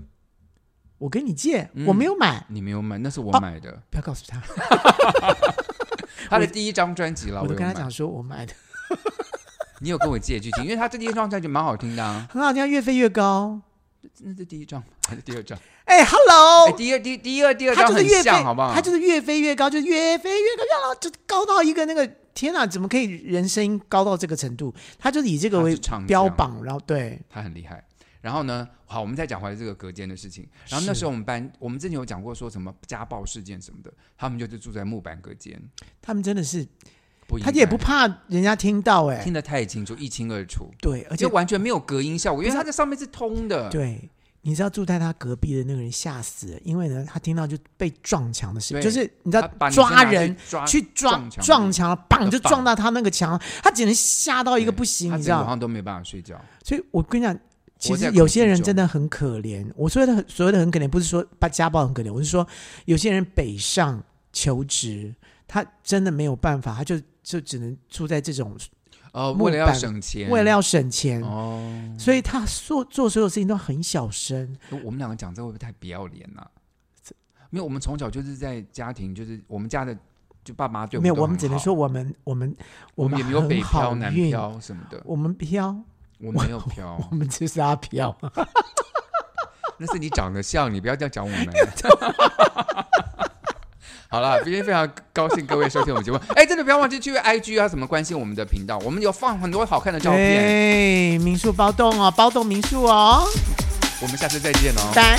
A: 我跟你借，
B: 嗯
A: 我没有买，
B: 你没有买，那是
A: 哦
B: 我买的，
A: 不要告诉他，
B: 他的第一张专辑了。
A: 我
B: 我
A: 都
B: 有
A: 跟他
B: 买
A: 讲，说我买的，
B: 你有跟我借去听，因为他这第一张专辑蛮好听的啊。
A: 很好听，越飞越高。
B: 那是第一张还是第二张？
A: 哎，Hello，、
B: 哎，第二第第二第二
A: 他
B: 张
A: 就是
B: 很
A: 越飞，
B: 像，好不好？
A: 他就是越飞越高，就是越飞越高，然后就高到一个那个天哪，怎么可以人声音高到这个程度？他就是以这个
B: 他
A: 为
B: 是唱
A: 标
B: 将
A: 榜，然后对，
B: 他很厉害。然后呢，好，我们再讲回来这个隔间的事情。然后那时候我们班，我们之前有讲过说什么家暴事件什么的，他们就是住在木板隔间，
A: 他们真的是，
B: 不应
A: 他
B: 该
A: 也不怕人家听到、哎
B: 听，得太清楚，一清二楚，
A: 对，而
B: 而
A: 且
B: 且完全没有隔音效果，因
A: 不
B: 为
A: 是
B: 它在上面是通的。，
A: 对，你知道住在他隔壁的那个人吓死了，因为呢，他听到就被撞墙的事情，
B: 对
A: 就是你知
B: 他
A: 道
B: 把女生拿
A: 抓人
B: 抓
A: 去撞
B: 撞墙
A: 撞墙了，砰
B: 就
A: 就
B: 棒
A: 撞到他那个墙，他简直吓到
B: 到
A: 一个不行，
B: 他
A: 你知
B: 整个晚
A: 道？
B: 上都没办法睡觉。
A: 所以我跟你讲。其
B: 活在
A: 实
B: 恐
A: 有
B: 惧
A: 些人
B: 中
A: 真的很可怜。我说的很所谓的很可怜，不是说把家暴很可怜，我是说有些人北上求职，他真的没有办法，他就就只能住在这种，
B: 哦，
A: 木
B: 为了要
A: 板
B: 省钱，
A: 为了要省钱，
B: 哦，
A: 所以他做做所有事情都很小声。
B: 我们两个讲这会不会太不要脸了、没有，我们从小就是在家庭，就是我们家的就爸妈对
A: 没有，
B: 我
A: 我们只能说，我们我们
B: 我
A: 们
B: 也没有北
A: 很好
B: 漂南
A: 运，
B: 漂什么的，
A: 我们飘，
B: 我没有漂，
A: 我们就是阿飘。
B: [laughs] 那是你长得像，你不要这样讲我们。啊 [laughs] 好了，今天非常高兴各位收听我们节目。哎，真的不要忘记去 IG 啊，什么关心我们的频道，我们有放很多好看的照片。
A: 哎对，民宿包栋哦，包栋民宿哦，
B: 我们下次再见哦，
A: 拜。